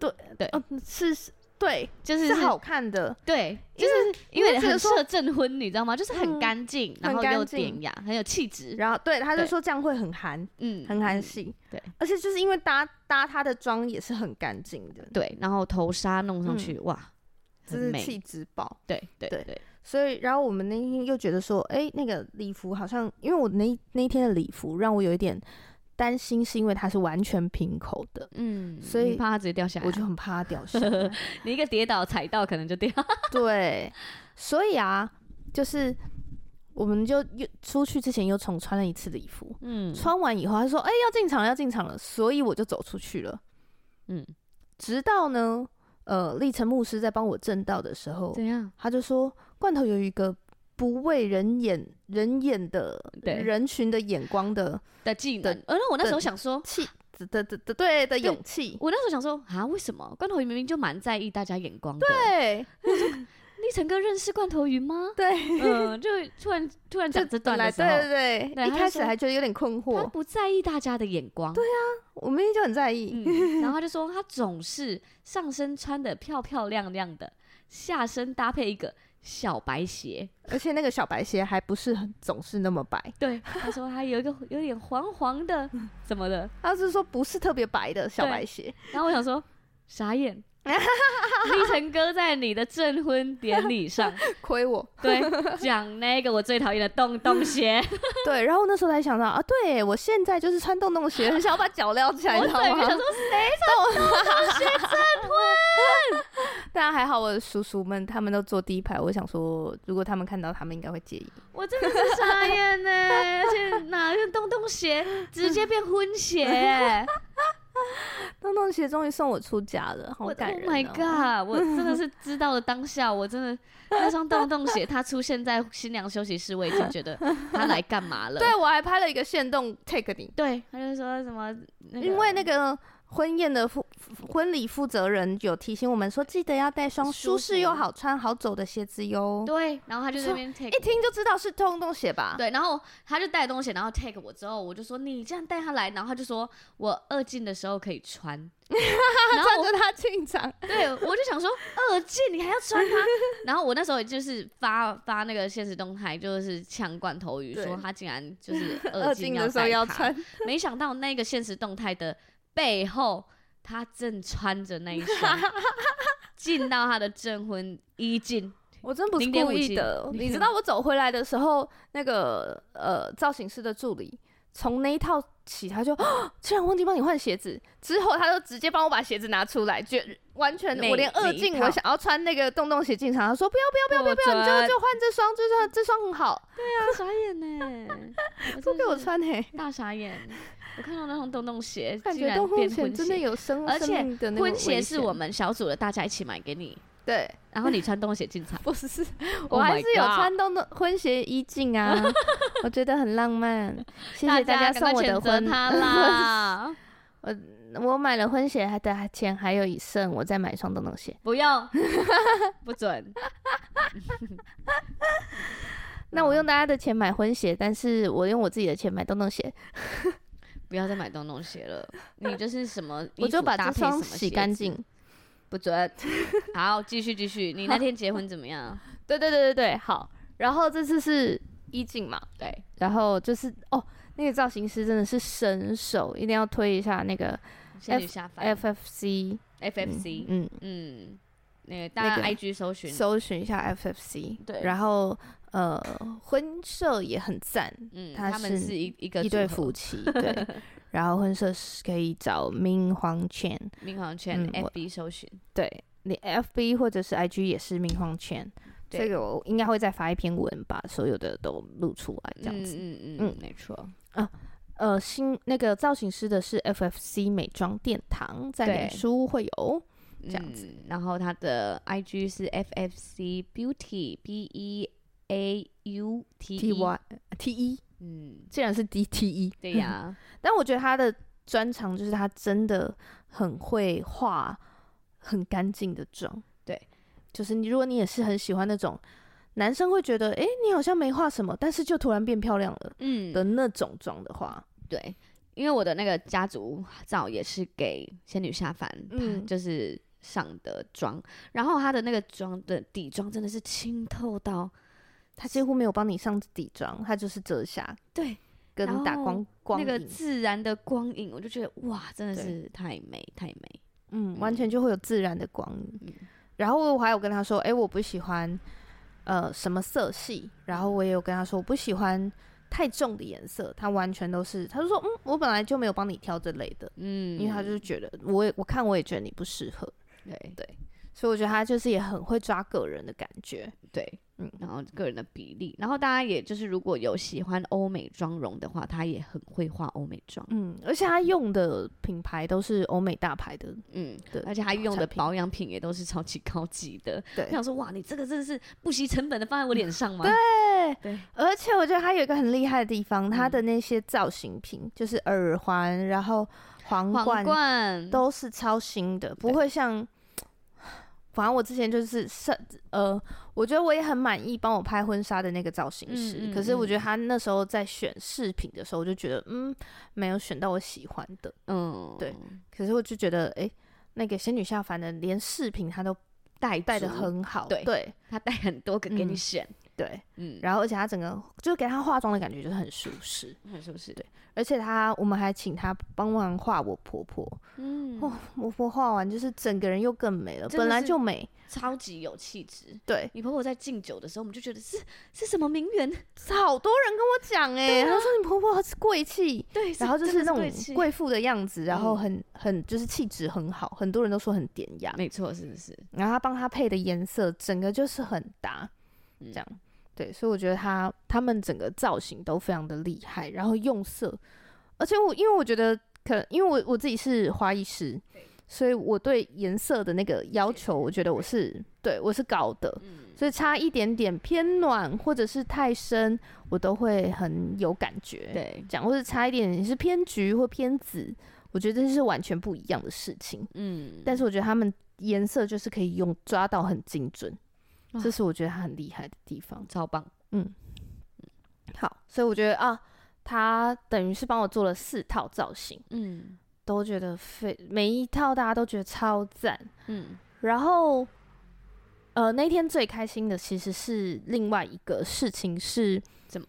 [SPEAKER 2] 嗯，是是对，
[SPEAKER 1] 就是
[SPEAKER 2] 是好看的，
[SPEAKER 1] 对，
[SPEAKER 2] 因
[SPEAKER 1] 就是因
[SPEAKER 2] 因
[SPEAKER 1] 为
[SPEAKER 2] 为
[SPEAKER 1] 很
[SPEAKER 2] 这个
[SPEAKER 1] 适
[SPEAKER 2] 说
[SPEAKER 1] 合证婚，你知道吗？就是很
[SPEAKER 2] 嗯
[SPEAKER 1] 干净，然
[SPEAKER 2] 很
[SPEAKER 1] 后
[SPEAKER 2] 干
[SPEAKER 1] 又
[SPEAKER 2] 净
[SPEAKER 1] 典雅，很有气质，
[SPEAKER 2] 然后对，他就
[SPEAKER 1] 对
[SPEAKER 2] 说这样会很韩，
[SPEAKER 1] 嗯，
[SPEAKER 2] 很韩
[SPEAKER 1] 嗯
[SPEAKER 2] 系，
[SPEAKER 1] 对，
[SPEAKER 2] 而且就是因为搭搭他的妆也是很干净的，
[SPEAKER 1] 对，然后头纱弄上去，哇，
[SPEAKER 2] 就
[SPEAKER 1] 很
[SPEAKER 2] 是
[SPEAKER 1] 美，
[SPEAKER 2] 气质爆。
[SPEAKER 1] 对对
[SPEAKER 2] 嗯对
[SPEAKER 1] 对，
[SPEAKER 2] 所以，然后我们那天又觉得说，哎、那个礼服好像，因为我那一那一天的礼服让我有一点担心，是因为它是完全平口的，
[SPEAKER 1] 嗯，
[SPEAKER 2] 所以
[SPEAKER 1] 你怕它直接掉下来，
[SPEAKER 2] 我就很怕它掉下 来。
[SPEAKER 1] 你一个跌倒踩到可能就掉，
[SPEAKER 2] 对，所以啊，就是我们就又出去之前又重穿了一次礼服，
[SPEAKER 1] 嗯
[SPEAKER 2] 穿完以后他说，哎、要进场了，要进场了，所以我就走出去了。
[SPEAKER 1] 嗯，
[SPEAKER 2] 直到呢，呃，历程牧师在帮我正道的时候，
[SPEAKER 1] 怎样？
[SPEAKER 2] 他就说罐头有一个不为人眼人眼的
[SPEAKER 1] 对
[SPEAKER 2] 人群的眼光的
[SPEAKER 1] 的技能
[SPEAKER 2] 的。
[SPEAKER 1] 呃，那我那时候
[SPEAKER 2] 的
[SPEAKER 1] 想说，
[SPEAKER 2] 气的的的的对的勇气，
[SPEAKER 1] 我那时候想说啊，为什么罐头鱼明明就蛮在意大家眼光的？
[SPEAKER 2] 对？
[SPEAKER 1] 立成哥认识罐头鱼吗
[SPEAKER 2] 对，
[SPEAKER 1] 嗯，就突然突然讲这段
[SPEAKER 2] 本来
[SPEAKER 1] 的时
[SPEAKER 2] 对
[SPEAKER 1] 候，
[SPEAKER 2] 对
[SPEAKER 1] 对
[SPEAKER 2] 对，一
[SPEAKER 1] 他就
[SPEAKER 2] 开始
[SPEAKER 1] 说
[SPEAKER 2] 还觉得有点困
[SPEAKER 1] 他
[SPEAKER 2] 惑，
[SPEAKER 1] 不在意大家的眼光，对啊，
[SPEAKER 2] 我明明就很在意，
[SPEAKER 1] 嗯，然后他就说他总是上身穿的漂漂亮亮的，下身搭配一个小白鞋，
[SPEAKER 2] 而且那个小白鞋还不是很总是那么白，
[SPEAKER 1] 对，他说他有一个有点黄黄的什么的，
[SPEAKER 2] 他是说不是特别白的小白鞋，
[SPEAKER 1] 然后我想说 傻眼，立成哥在你的证婚典 礼上，
[SPEAKER 2] 亏我
[SPEAKER 1] 对，讲那个我最讨厌的洞 洞鞋，
[SPEAKER 2] 对，然后那时候才想到啊，对我现在就是穿洞洞鞋，很想要把脚撩起来，
[SPEAKER 1] 我
[SPEAKER 2] 你知道
[SPEAKER 1] 嘴
[SPEAKER 2] 吗
[SPEAKER 1] 边想？说谁
[SPEAKER 2] 但还好我的叔叔们他们都坐第一排，我想说如果他们看到，他们应该会介意。
[SPEAKER 1] 我真的是傻眼呢、而且哪个洞洞鞋直接变婚 鞋、欸
[SPEAKER 2] 洞洞鞋终于送我出家了，好
[SPEAKER 1] 我
[SPEAKER 2] 感人、哦、
[SPEAKER 1] Oh my god！我真 的是知道了当下，我真的那双洞洞鞋，它出现在新娘休息室，我已经觉得它来干嘛 了。
[SPEAKER 2] 对我还拍了一个线动 take 你，
[SPEAKER 1] 对，他就说什么、那个
[SPEAKER 2] 因为那个婚宴的负婚礼负责人有提醒我们说，记得要带双
[SPEAKER 1] 舒
[SPEAKER 2] 舒
[SPEAKER 1] 服
[SPEAKER 2] 适又好穿、好走的鞋子哟。
[SPEAKER 1] 对，然后他就在那边 take
[SPEAKER 2] 一听就知道是洞洞鞋吧？
[SPEAKER 1] 对，然后他就带东西，然后 take 我之后，我就说你这样带他来，然后他就说我二进的时候可以 穿，然后我
[SPEAKER 2] 看着他进场，
[SPEAKER 1] 对我就想说二进你还要穿 它，然后我那时候也就是发发那个现实动态，就是呛罐头鱼
[SPEAKER 2] 对
[SPEAKER 1] 说他竟然就是
[SPEAKER 2] 二
[SPEAKER 1] 进
[SPEAKER 2] 进的时候要
[SPEAKER 1] 带它，
[SPEAKER 2] 穿，
[SPEAKER 1] 没想到那个现实动态的背后， 他正穿着那一双进到他的证婚衣镜。
[SPEAKER 2] 我真不是
[SPEAKER 1] 0.5
[SPEAKER 2] 故意
[SPEAKER 1] 斤
[SPEAKER 2] 的。
[SPEAKER 1] 0.5
[SPEAKER 2] 你知道我走回来的时候，那个呃造型师的助理从那一套起，他就、啊竟然忘记帮你换鞋子，之后他就直接帮我把鞋子拿出来，绝完全
[SPEAKER 1] 每
[SPEAKER 2] 我连二
[SPEAKER 1] 每一
[SPEAKER 2] 进
[SPEAKER 1] 套
[SPEAKER 2] 我想要穿那个洞洞鞋进场，他说不要不要不要不要不要，你
[SPEAKER 1] 呃
[SPEAKER 2] 就就换这双，就算这双很好，
[SPEAKER 1] 大傻 眼呢，
[SPEAKER 2] 都
[SPEAKER 1] 真
[SPEAKER 2] 给我
[SPEAKER 1] 是
[SPEAKER 2] 穿嘿、
[SPEAKER 1] 大傻眼。我看到那双洞洞鞋，
[SPEAKER 2] 感
[SPEAKER 1] 竟
[SPEAKER 2] 觉
[SPEAKER 1] 然
[SPEAKER 2] 洞洞
[SPEAKER 1] 变
[SPEAKER 2] 鞋
[SPEAKER 1] 婚
[SPEAKER 2] 真的
[SPEAKER 1] 鞋
[SPEAKER 2] 有生，
[SPEAKER 1] 而
[SPEAKER 2] 生
[SPEAKER 1] 且
[SPEAKER 2] 命的那
[SPEAKER 1] 婚
[SPEAKER 2] 种
[SPEAKER 1] 鞋
[SPEAKER 2] 危
[SPEAKER 1] 是
[SPEAKER 2] 险
[SPEAKER 1] 我们小组的大家一起买给你，
[SPEAKER 2] 对，。
[SPEAKER 1] 然后你穿洞鞋进 场
[SPEAKER 2] 不是，我
[SPEAKER 1] Oh
[SPEAKER 2] 还
[SPEAKER 1] my
[SPEAKER 2] 是有
[SPEAKER 1] God
[SPEAKER 2] 穿洞洞婚鞋衣镜 啊，我觉得很浪漫。谢谢
[SPEAKER 1] 大
[SPEAKER 2] 大家
[SPEAKER 1] 赶快
[SPEAKER 2] 送我的
[SPEAKER 1] 谴责
[SPEAKER 2] 婚
[SPEAKER 1] 他啦！
[SPEAKER 2] 我买了婚鞋还的钱还有一剩，我再买一双洞洞鞋。
[SPEAKER 1] 不用，不准。
[SPEAKER 2] 那
[SPEAKER 1] 嗯
[SPEAKER 2] 我用大家的钱买婚鞋，但是我用我自己的钱买洞洞鞋，
[SPEAKER 1] 不要再买洞洞鞋 了，你就是什么
[SPEAKER 2] 我
[SPEAKER 1] 衣
[SPEAKER 2] 就
[SPEAKER 1] 服
[SPEAKER 2] 把
[SPEAKER 1] 搭
[SPEAKER 2] 这
[SPEAKER 1] 配什
[SPEAKER 2] 双
[SPEAKER 1] 么
[SPEAKER 2] 洗
[SPEAKER 1] 鞋
[SPEAKER 2] 干
[SPEAKER 1] 子，
[SPEAKER 2] 净。
[SPEAKER 1] 不准。 好，继续继 续，你那天结婚怎么样？
[SPEAKER 2] 对对对对对，好。然后这次是衣镜嘛，
[SPEAKER 1] 对，
[SPEAKER 2] 然后就是哦，那个造型师真的是神手，一定要推一下那个
[SPEAKER 1] 仙女下凡
[SPEAKER 2] FFC，
[SPEAKER 1] FFC，
[SPEAKER 2] 嗯，
[SPEAKER 1] 嗯，那个大
[SPEAKER 2] 那
[SPEAKER 1] 家
[SPEAKER 2] 个
[SPEAKER 1] IG 搜寻，
[SPEAKER 2] 搜寻一下 FFC，
[SPEAKER 1] 对
[SPEAKER 2] 然后呃，婚摄也很赞，
[SPEAKER 1] 嗯，
[SPEAKER 2] 他
[SPEAKER 1] 他们
[SPEAKER 2] 是
[SPEAKER 1] 是一一个
[SPEAKER 2] 一
[SPEAKER 1] 组
[SPEAKER 2] 对
[SPEAKER 1] 合
[SPEAKER 2] 夫妻， 对，然后婚摄是可以找明皇圈，
[SPEAKER 1] 民航圈
[SPEAKER 2] 嗯我
[SPEAKER 1] FB 搜寻，
[SPEAKER 2] 对你 FB 或者是 IG 也是明皇圈，
[SPEAKER 1] 对
[SPEAKER 2] 这个我应该会再发一篇文，把所有的都录出来，这样子。
[SPEAKER 1] 嗯嗯
[SPEAKER 2] 嗯
[SPEAKER 1] 嗯，没错，
[SPEAKER 2] 呃，新那个造型师的是 FFC 美妆殿堂，在
[SPEAKER 1] 对
[SPEAKER 2] 脸书会有，
[SPEAKER 1] 这
[SPEAKER 2] 样子。
[SPEAKER 1] 嗯然后他的 IG 是 FFC Beauty B E A U T
[SPEAKER 2] T
[SPEAKER 1] E，
[SPEAKER 2] Y 呃 T 一，
[SPEAKER 1] 嗯，
[SPEAKER 2] 竟然是 D T 一，
[SPEAKER 1] 对呀，
[SPEAKER 2] 但我觉得他的专长就是他真的很会画很干净的妆。
[SPEAKER 1] 对，
[SPEAKER 2] 就是你如果你也是很喜欢那种男生会觉得，诶，你好像没画什么，但是就突然变漂亮了
[SPEAKER 1] 嗯，
[SPEAKER 2] 的那种妆的话，
[SPEAKER 1] 对，因为我的那个家族照也是给仙女下凡，
[SPEAKER 2] 嗯
[SPEAKER 1] 就是上的妆，然后她的那个妆的底妆真的是清透到，
[SPEAKER 2] 他几乎没有帮你上底妆，他就是遮瑕
[SPEAKER 1] 对，然
[SPEAKER 2] 跟
[SPEAKER 1] 后
[SPEAKER 2] 打光光
[SPEAKER 1] 哦那
[SPEAKER 2] 影，
[SPEAKER 1] 个自然的光影，我就觉得哇，真的
[SPEAKER 2] 对
[SPEAKER 1] 是太美太美，
[SPEAKER 2] 嗯，完全就会有自然的光影。
[SPEAKER 1] 嗯
[SPEAKER 2] 然后我还有跟他说，诶，我不喜欢呃什么色系，然后我也有跟他说我不喜欢太重的颜色，他完全都是，他就说，嗯，我本来就没有帮你挑这类的，
[SPEAKER 1] 嗯，
[SPEAKER 2] 因为他就是觉得我也我看我也觉得你不适合，
[SPEAKER 1] 对
[SPEAKER 2] 所以我觉得他就是也很会抓个人的感觉，
[SPEAKER 1] 对。
[SPEAKER 2] 嗯
[SPEAKER 1] 然后个人的比例，然后大家也就是如果有喜欢欧美妆容的话，她也很会画欧美妆，
[SPEAKER 2] 嗯，而且他用的品牌都是欧美大牌的，
[SPEAKER 1] 嗯，
[SPEAKER 2] 对
[SPEAKER 1] 而且她用的
[SPEAKER 2] 产品
[SPEAKER 1] 保养品也都是超级高级的，
[SPEAKER 2] 对
[SPEAKER 1] 我想说，哇，你这个真的是不惜成本的放在我脸上吗？
[SPEAKER 2] 对，
[SPEAKER 1] 对
[SPEAKER 2] 而且我觉得他有一个很厉害的地方，
[SPEAKER 1] 嗯
[SPEAKER 2] 他的那些造型品、就是耳环，然后皇
[SPEAKER 1] 皇
[SPEAKER 2] 冠
[SPEAKER 1] 冠
[SPEAKER 2] 都是超新的，不
[SPEAKER 1] 对
[SPEAKER 2] 会像。反正我之前就是是呃，我觉得我也很满意帮我拍婚纱的那个造型师，
[SPEAKER 1] 嗯嗯
[SPEAKER 2] 可是我
[SPEAKER 1] 嗯
[SPEAKER 2] 觉得他那时候在选饰品的时候，我就觉得嗯，没有选到我喜欢的。
[SPEAKER 1] 嗯
[SPEAKER 2] 对可是我就觉得诶，那个仙女下凡的连饰品他都
[SPEAKER 1] 带
[SPEAKER 2] 带的
[SPEAKER 1] 足，
[SPEAKER 2] 很好，
[SPEAKER 1] 对
[SPEAKER 2] 对
[SPEAKER 1] 他带很多个给你
[SPEAKER 2] 嗯
[SPEAKER 1] 选，
[SPEAKER 2] 对
[SPEAKER 1] 嗯，
[SPEAKER 2] 然后而且他整个就给他化妆的感觉就是很舒适，
[SPEAKER 1] 后是不是？对，
[SPEAKER 2] 而且他我们还请他帮忙画我婆婆，
[SPEAKER 1] 嗯，
[SPEAKER 2] 哇、我婆婆画完就是整个人又更美了，
[SPEAKER 1] 真的
[SPEAKER 2] 本来
[SPEAKER 1] 是
[SPEAKER 2] 就美，
[SPEAKER 1] 超级有气质。
[SPEAKER 2] 对，
[SPEAKER 1] 你婆婆在敬酒的时候，我们就觉得是是什么名媛？
[SPEAKER 2] 好多人跟我讲哎、他说你婆婆是贵气，
[SPEAKER 1] 对，
[SPEAKER 2] 然后就
[SPEAKER 1] 真的
[SPEAKER 2] 是那种
[SPEAKER 1] 贵气，
[SPEAKER 2] 贵妇的样子，然后
[SPEAKER 1] 嗯
[SPEAKER 2] 很很就是气质很好，很多人都说很典雅，
[SPEAKER 1] 没错，是不是？
[SPEAKER 2] 然后他帮她配的颜色，整个就是很搭，
[SPEAKER 1] 嗯
[SPEAKER 2] 这样、对，所以我觉得他他们整个造型都非常的厉害，然后用色，而且我因为我觉得可能因为我我自己是花艺师，所以我对颜色的那个要求，我觉得我是对我是高的，所以差一点点偏暖或者是太深，我都会很有感觉，，
[SPEAKER 1] 对，
[SPEAKER 2] 讲或者差一点你是偏橘或偏紫，我觉得这是完全不一样的事情。
[SPEAKER 1] 嗯，
[SPEAKER 2] 但是我觉得他们颜色就是可以用抓到很精准，
[SPEAKER 1] 哇
[SPEAKER 2] 这是我觉得他很厉害的地方。
[SPEAKER 1] 超棒。
[SPEAKER 2] 好，所以我觉得啊，他等于是帮我做了四套造型，
[SPEAKER 1] 嗯
[SPEAKER 2] 都觉得非每一套大家都觉得超赞。
[SPEAKER 1] 嗯，
[SPEAKER 2] 然后，呃，那天最开心的其实是另外一个事情是，
[SPEAKER 1] 怎么？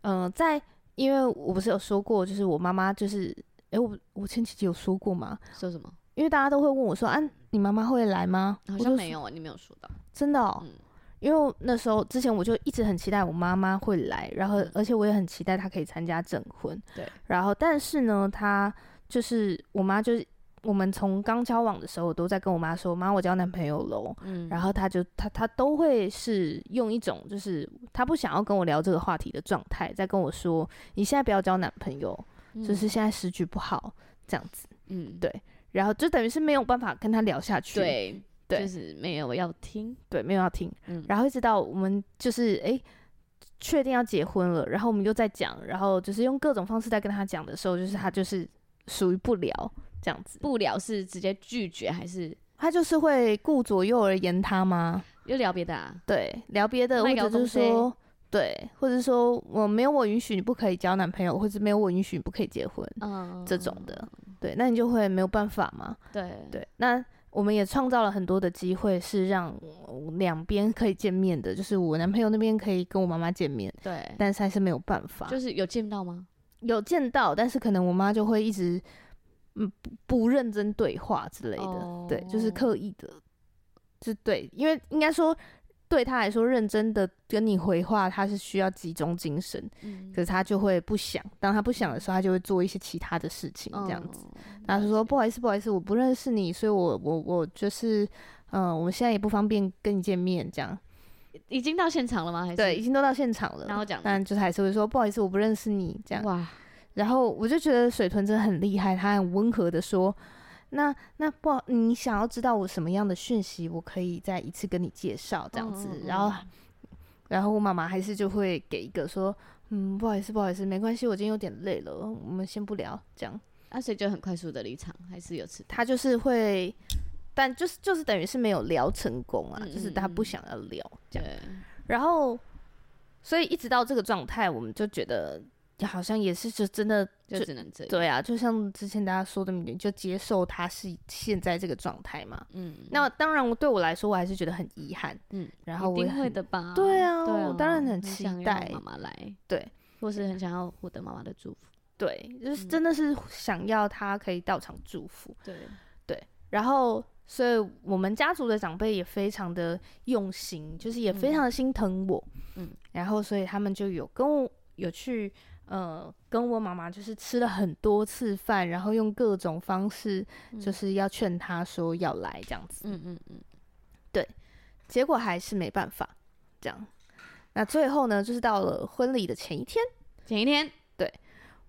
[SPEAKER 2] 呃，在因为我不是有说过，就是我妈妈就是，诶，我我前几集有说过吗？
[SPEAKER 1] 说什么？
[SPEAKER 2] 因为大家都会问我说，啊，你妈妈会来吗？
[SPEAKER 1] 好
[SPEAKER 2] 我
[SPEAKER 1] 像
[SPEAKER 2] 就
[SPEAKER 1] 没有啊，你没有说到。
[SPEAKER 2] 真的、哦
[SPEAKER 1] 嗯
[SPEAKER 2] 因为那时候之前我就一直很期待我妈妈会来，然后而且我也很期待她可以参加证婚。
[SPEAKER 1] 嗯对，
[SPEAKER 2] 然后但是呢，她就是我妈，就是我们从刚交往的时候，我都在跟我妈说：“妈，我交男朋友喽。”
[SPEAKER 1] 嗯，
[SPEAKER 2] 然后她就她她都会是用一种就是她不想要跟我聊这个话题的状态，在跟我说：“你现在不要交男朋友，
[SPEAKER 1] 嗯
[SPEAKER 2] 就是现在时局不好这样子。
[SPEAKER 1] 嗯，
[SPEAKER 2] 对”然后就等于是没有办法跟她聊下去。
[SPEAKER 1] 对
[SPEAKER 2] 对
[SPEAKER 1] 就是没有要听，
[SPEAKER 2] 对，没有要听。
[SPEAKER 1] 嗯
[SPEAKER 2] 然后一直到我们就是哎确、定要结婚了，然后我们又在讲，然后就是用各种方式在跟他讲的时候，就是他就是属于不聊这样子，
[SPEAKER 1] 不聊是直接拒绝还是
[SPEAKER 2] 他就是会顾左右而言他吗？
[SPEAKER 1] 又聊别的啊？
[SPEAKER 2] 对，聊别的，
[SPEAKER 1] 卖
[SPEAKER 2] 或
[SPEAKER 1] 搞
[SPEAKER 2] 者
[SPEAKER 1] 东
[SPEAKER 2] 是
[SPEAKER 1] 西
[SPEAKER 2] 说。对，或者说我没有我允许你不可以交男朋友，或者没有我允许你不可以结婚，
[SPEAKER 1] 嗯，
[SPEAKER 2] 这种的，对，那你就会没有办法嘛。
[SPEAKER 1] 对
[SPEAKER 2] 对，那我们也创造了很多的机会，是让呃两边可以见面的。就是我男朋友那边可以跟我妈妈见面，
[SPEAKER 1] 对，
[SPEAKER 2] 但是还是没有办法，
[SPEAKER 1] 就是有见到吗？
[SPEAKER 2] 有见到，但是可能我妈就会一直嗯不不认真对话之类的，对，就是
[SPEAKER 1] 哦
[SPEAKER 2] 刻意的，就对，因为应该说。对她来说，认真的跟你回话，她是需要集中精神，
[SPEAKER 1] 嗯
[SPEAKER 2] 可是她就会不想。当她不想的时候，她就会做一些其他的事情，这样子。，
[SPEAKER 1] 嗯
[SPEAKER 2] 他就
[SPEAKER 1] 了
[SPEAKER 2] 说：“
[SPEAKER 1] 解
[SPEAKER 2] 不好意思，不好意思，我不认识你，所以我我我就是，嗯、我现在也不方便跟你见面，这样。
[SPEAKER 1] 已经到现场了吗？还是
[SPEAKER 2] 对，已，经都到现场了，
[SPEAKER 1] 然后讲
[SPEAKER 2] 但就是还是会说不好意思，我不认识你这样。
[SPEAKER 1] 哇，
[SPEAKER 2] 然后我就觉得水豚真的很厉害，他很温和的说，那那不好，你想要知道我什么样的讯息，我可以再一次跟你介绍这样子。
[SPEAKER 1] 嗯嗯
[SPEAKER 2] 然后然后我妈妈还是就会给一个说，嗯，不好意思，不好意思，没关系，我今天有点累了，我们先不聊这样。
[SPEAKER 1] 那所以就很快速的离场，还是有吃
[SPEAKER 2] 他就是会，但就是就是等于是没有聊成功啊，
[SPEAKER 1] 嗯
[SPEAKER 2] 就是
[SPEAKER 1] 嗯
[SPEAKER 2] 他不
[SPEAKER 1] 嗯
[SPEAKER 2] 想要聊，这
[SPEAKER 1] 对，
[SPEAKER 2] 然后所以一直到这个状态，我们就觉得好像也是就真的
[SPEAKER 1] 就
[SPEAKER 2] 就
[SPEAKER 1] 只能这样。
[SPEAKER 2] 对啊，就像之前大家说的，你就接受他是现在这个状态嘛。
[SPEAKER 1] 嗯，
[SPEAKER 2] 那当然，我对我来说，我还是觉得很遗憾。
[SPEAKER 1] 嗯，
[SPEAKER 2] 然后
[SPEAKER 1] 一
[SPEAKER 2] 我也
[SPEAKER 1] 定会
[SPEAKER 2] 很
[SPEAKER 1] 的吧？
[SPEAKER 2] 对啊
[SPEAKER 1] 对
[SPEAKER 2] 我当然很期
[SPEAKER 1] 想要
[SPEAKER 2] 待
[SPEAKER 1] 妈妈来，
[SPEAKER 2] 对，
[SPEAKER 1] 或是很想要获得妈妈的祝福。
[SPEAKER 2] 对，就是
[SPEAKER 1] 嗯
[SPEAKER 2] 真的是想要他可以到场祝福。
[SPEAKER 1] 对，
[SPEAKER 2] 然后，所以我们家族的长辈也非常的用心，就是也非常的心疼我。
[SPEAKER 1] 嗯，
[SPEAKER 2] 然后所以他们就有跟我有去呃跟我妈妈就是吃了很多次饭，然后用各种方式就是要劝她说要来这样子，
[SPEAKER 1] 嗯嗯嗯，
[SPEAKER 2] 结果还是没办法这样。那最后呢，就是到了婚礼的前一天，
[SPEAKER 1] 前一天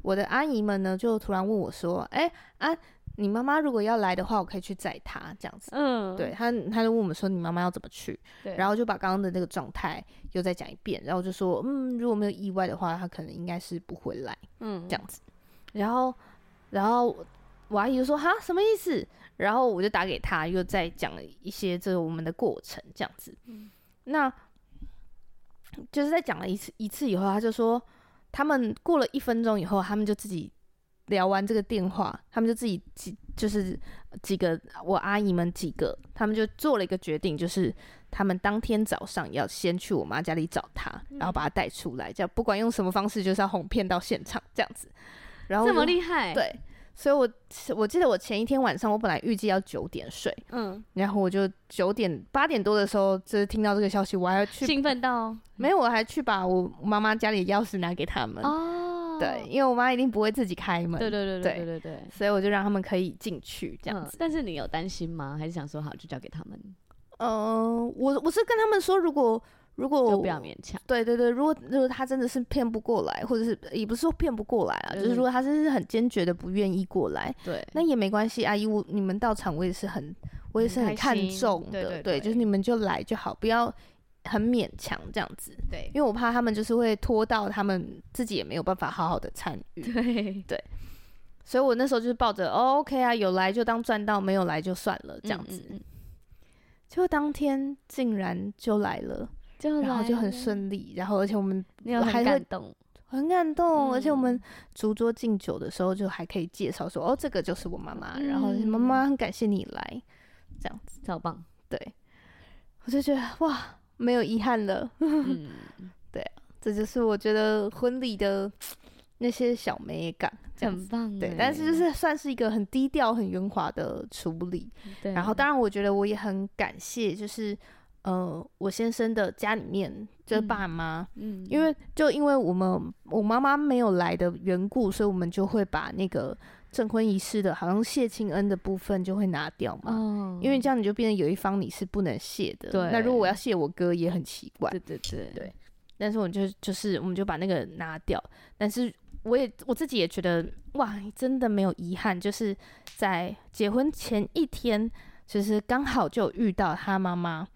[SPEAKER 2] 我的阿姨们呢就突然问我说：“哎、啊，你妈妈如果要来的话，我可以去载她这样子。”
[SPEAKER 1] 嗯，
[SPEAKER 2] 对她，她就问我们说：“你妈妈要怎么去？”
[SPEAKER 1] 对，
[SPEAKER 2] 然
[SPEAKER 1] 后
[SPEAKER 2] 后就把刚刚的那个状态又再讲一遍，然后就说，嗯，如果没有意外的话，他可能应该是不回来
[SPEAKER 1] 嗯
[SPEAKER 2] 这样子。然后，然后我阿姨就说，哈，什么意思？然后我就打给他，又再讲了一些这个我们的过程这样子。
[SPEAKER 1] 嗯
[SPEAKER 2] 那就是在讲了一次一次以后，他就说，他们过了一分钟以后，他们就自己聊完这个电话，他们就自己几就是几个我阿姨们几个，他们就做了一个决定，就是他们当天早上要先去我妈家里找她，然后把她带出来，这样不管用什么方式，就是要哄骗到现场这样子。然后
[SPEAKER 1] 这
[SPEAKER 2] 我就
[SPEAKER 1] 么厉害，，
[SPEAKER 2] 对，所以我我记得我前一天晚上，我本来预计要九点睡，
[SPEAKER 1] 嗯，
[SPEAKER 2] 然后我就九点八点多的时候，就是听到这个消息，我还要去
[SPEAKER 1] 兴奋到
[SPEAKER 2] 没有，我还去把我妈妈家里的钥匙拿给他们。
[SPEAKER 1] 哦，
[SPEAKER 2] 嗯对，因为我妈一定不会自己开门，
[SPEAKER 1] 对对对对
[SPEAKER 2] 对
[SPEAKER 1] 对对对，
[SPEAKER 2] 所以我就让他们可以进去这样
[SPEAKER 1] 嗯
[SPEAKER 2] 子。
[SPEAKER 1] 但是你有担心吗？还是想说好就交给他们，
[SPEAKER 2] 嗯、我我是跟他们说，如果如果
[SPEAKER 1] 就不要勉强。
[SPEAKER 2] 对对对，如果如果他真的是骗不过来，或者是也不是说骗不过来啊，
[SPEAKER 1] 嗯
[SPEAKER 2] 就是如果他真的是很坚决的不愿意过来，
[SPEAKER 1] 对，
[SPEAKER 2] 那也没关系，阿姨，我你们到场我也是很，我也是很
[SPEAKER 1] 很
[SPEAKER 2] 看
[SPEAKER 1] 开心
[SPEAKER 2] 重的，
[SPEAKER 1] 对对对
[SPEAKER 2] 就是你们就来就好，不要很勉强这样子，
[SPEAKER 1] 对
[SPEAKER 2] 因为我怕他们就是会拖到他们自己也没有办法好好的参
[SPEAKER 1] 嗯
[SPEAKER 2] 与，
[SPEAKER 1] 对，
[SPEAKER 2] 所以我那时候就是抱着、哦、OK 啊，有来就当赚到，没有来就算了这样子。
[SPEAKER 1] 嗯，嗯嗯
[SPEAKER 2] 结果当天竟然就来了，
[SPEAKER 1] 就
[SPEAKER 2] 然后就
[SPEAKER 1] 来
[SPEAKER 2] 很
[SPEAKER 1] 了，
[SPEAKER 2] 顺利，然后而且我们
[SPEAKER 1] 你有
[SPEAKER 2] 还
[SPEAKER 1] 很
[SPEAKER 2] 会
[SPEAKER 1] 感动，
[SPEAKER 2] 很感动，
[SPEAKER 1] 嗯
[SPEAKER 2] 而且我们逐桌敬酒的时候就还可以介绍说，哦，这个就是我妈妈，
[SPEAKER 1] 嗯
[SPEAKER 2] 然后妈妈很感谢你来，这样子，
[SPEAKER 1] 超 棒，
[SPEAKER 2] 对，我就觉得哇，没有遗憾了，
[SPEAKER 1] 嗯，
[SPEAKER 2] 这就是我觉得婚礼的那些小美感，这样子。
[SPEAKER 1] 很棒欸，
[SPEAKER 2] 对，但是就是算是一个很低调、很圆滑的处理。
[SPEAKER 1] 对，
[SPEAKER 2] 然后，当然，我觉得我也很感谢，就是呃我先生的家里面，就是
[SPEAKER 1] 嗯
[SPEAKER 2] 爸妈，
[SPEAKER 1] 嗯，
[SPEAKER 2] 因为就因为我们我妈妈没有来的缘故，所以我们就会把那个证婚仪式的，好像谢亲恩的部分就会拿掉嘛。
[SPEAKER 1] 哦，
[SPEAKER 2] 因为这样你就变成有一方你是不能谢的。
[SPEAKER 1] 对
[SPEAKER 2] 那如果我要谢我哥也很奇怪。
[SPEAKER 1] 对对对
[SPEAKER 2] 对但是我就就是我们就把那个拿掉，但是我也我自己也觉得哇，真的没有遗憾，就是在结婚前一天，就是刚好就有遇到他妈妈，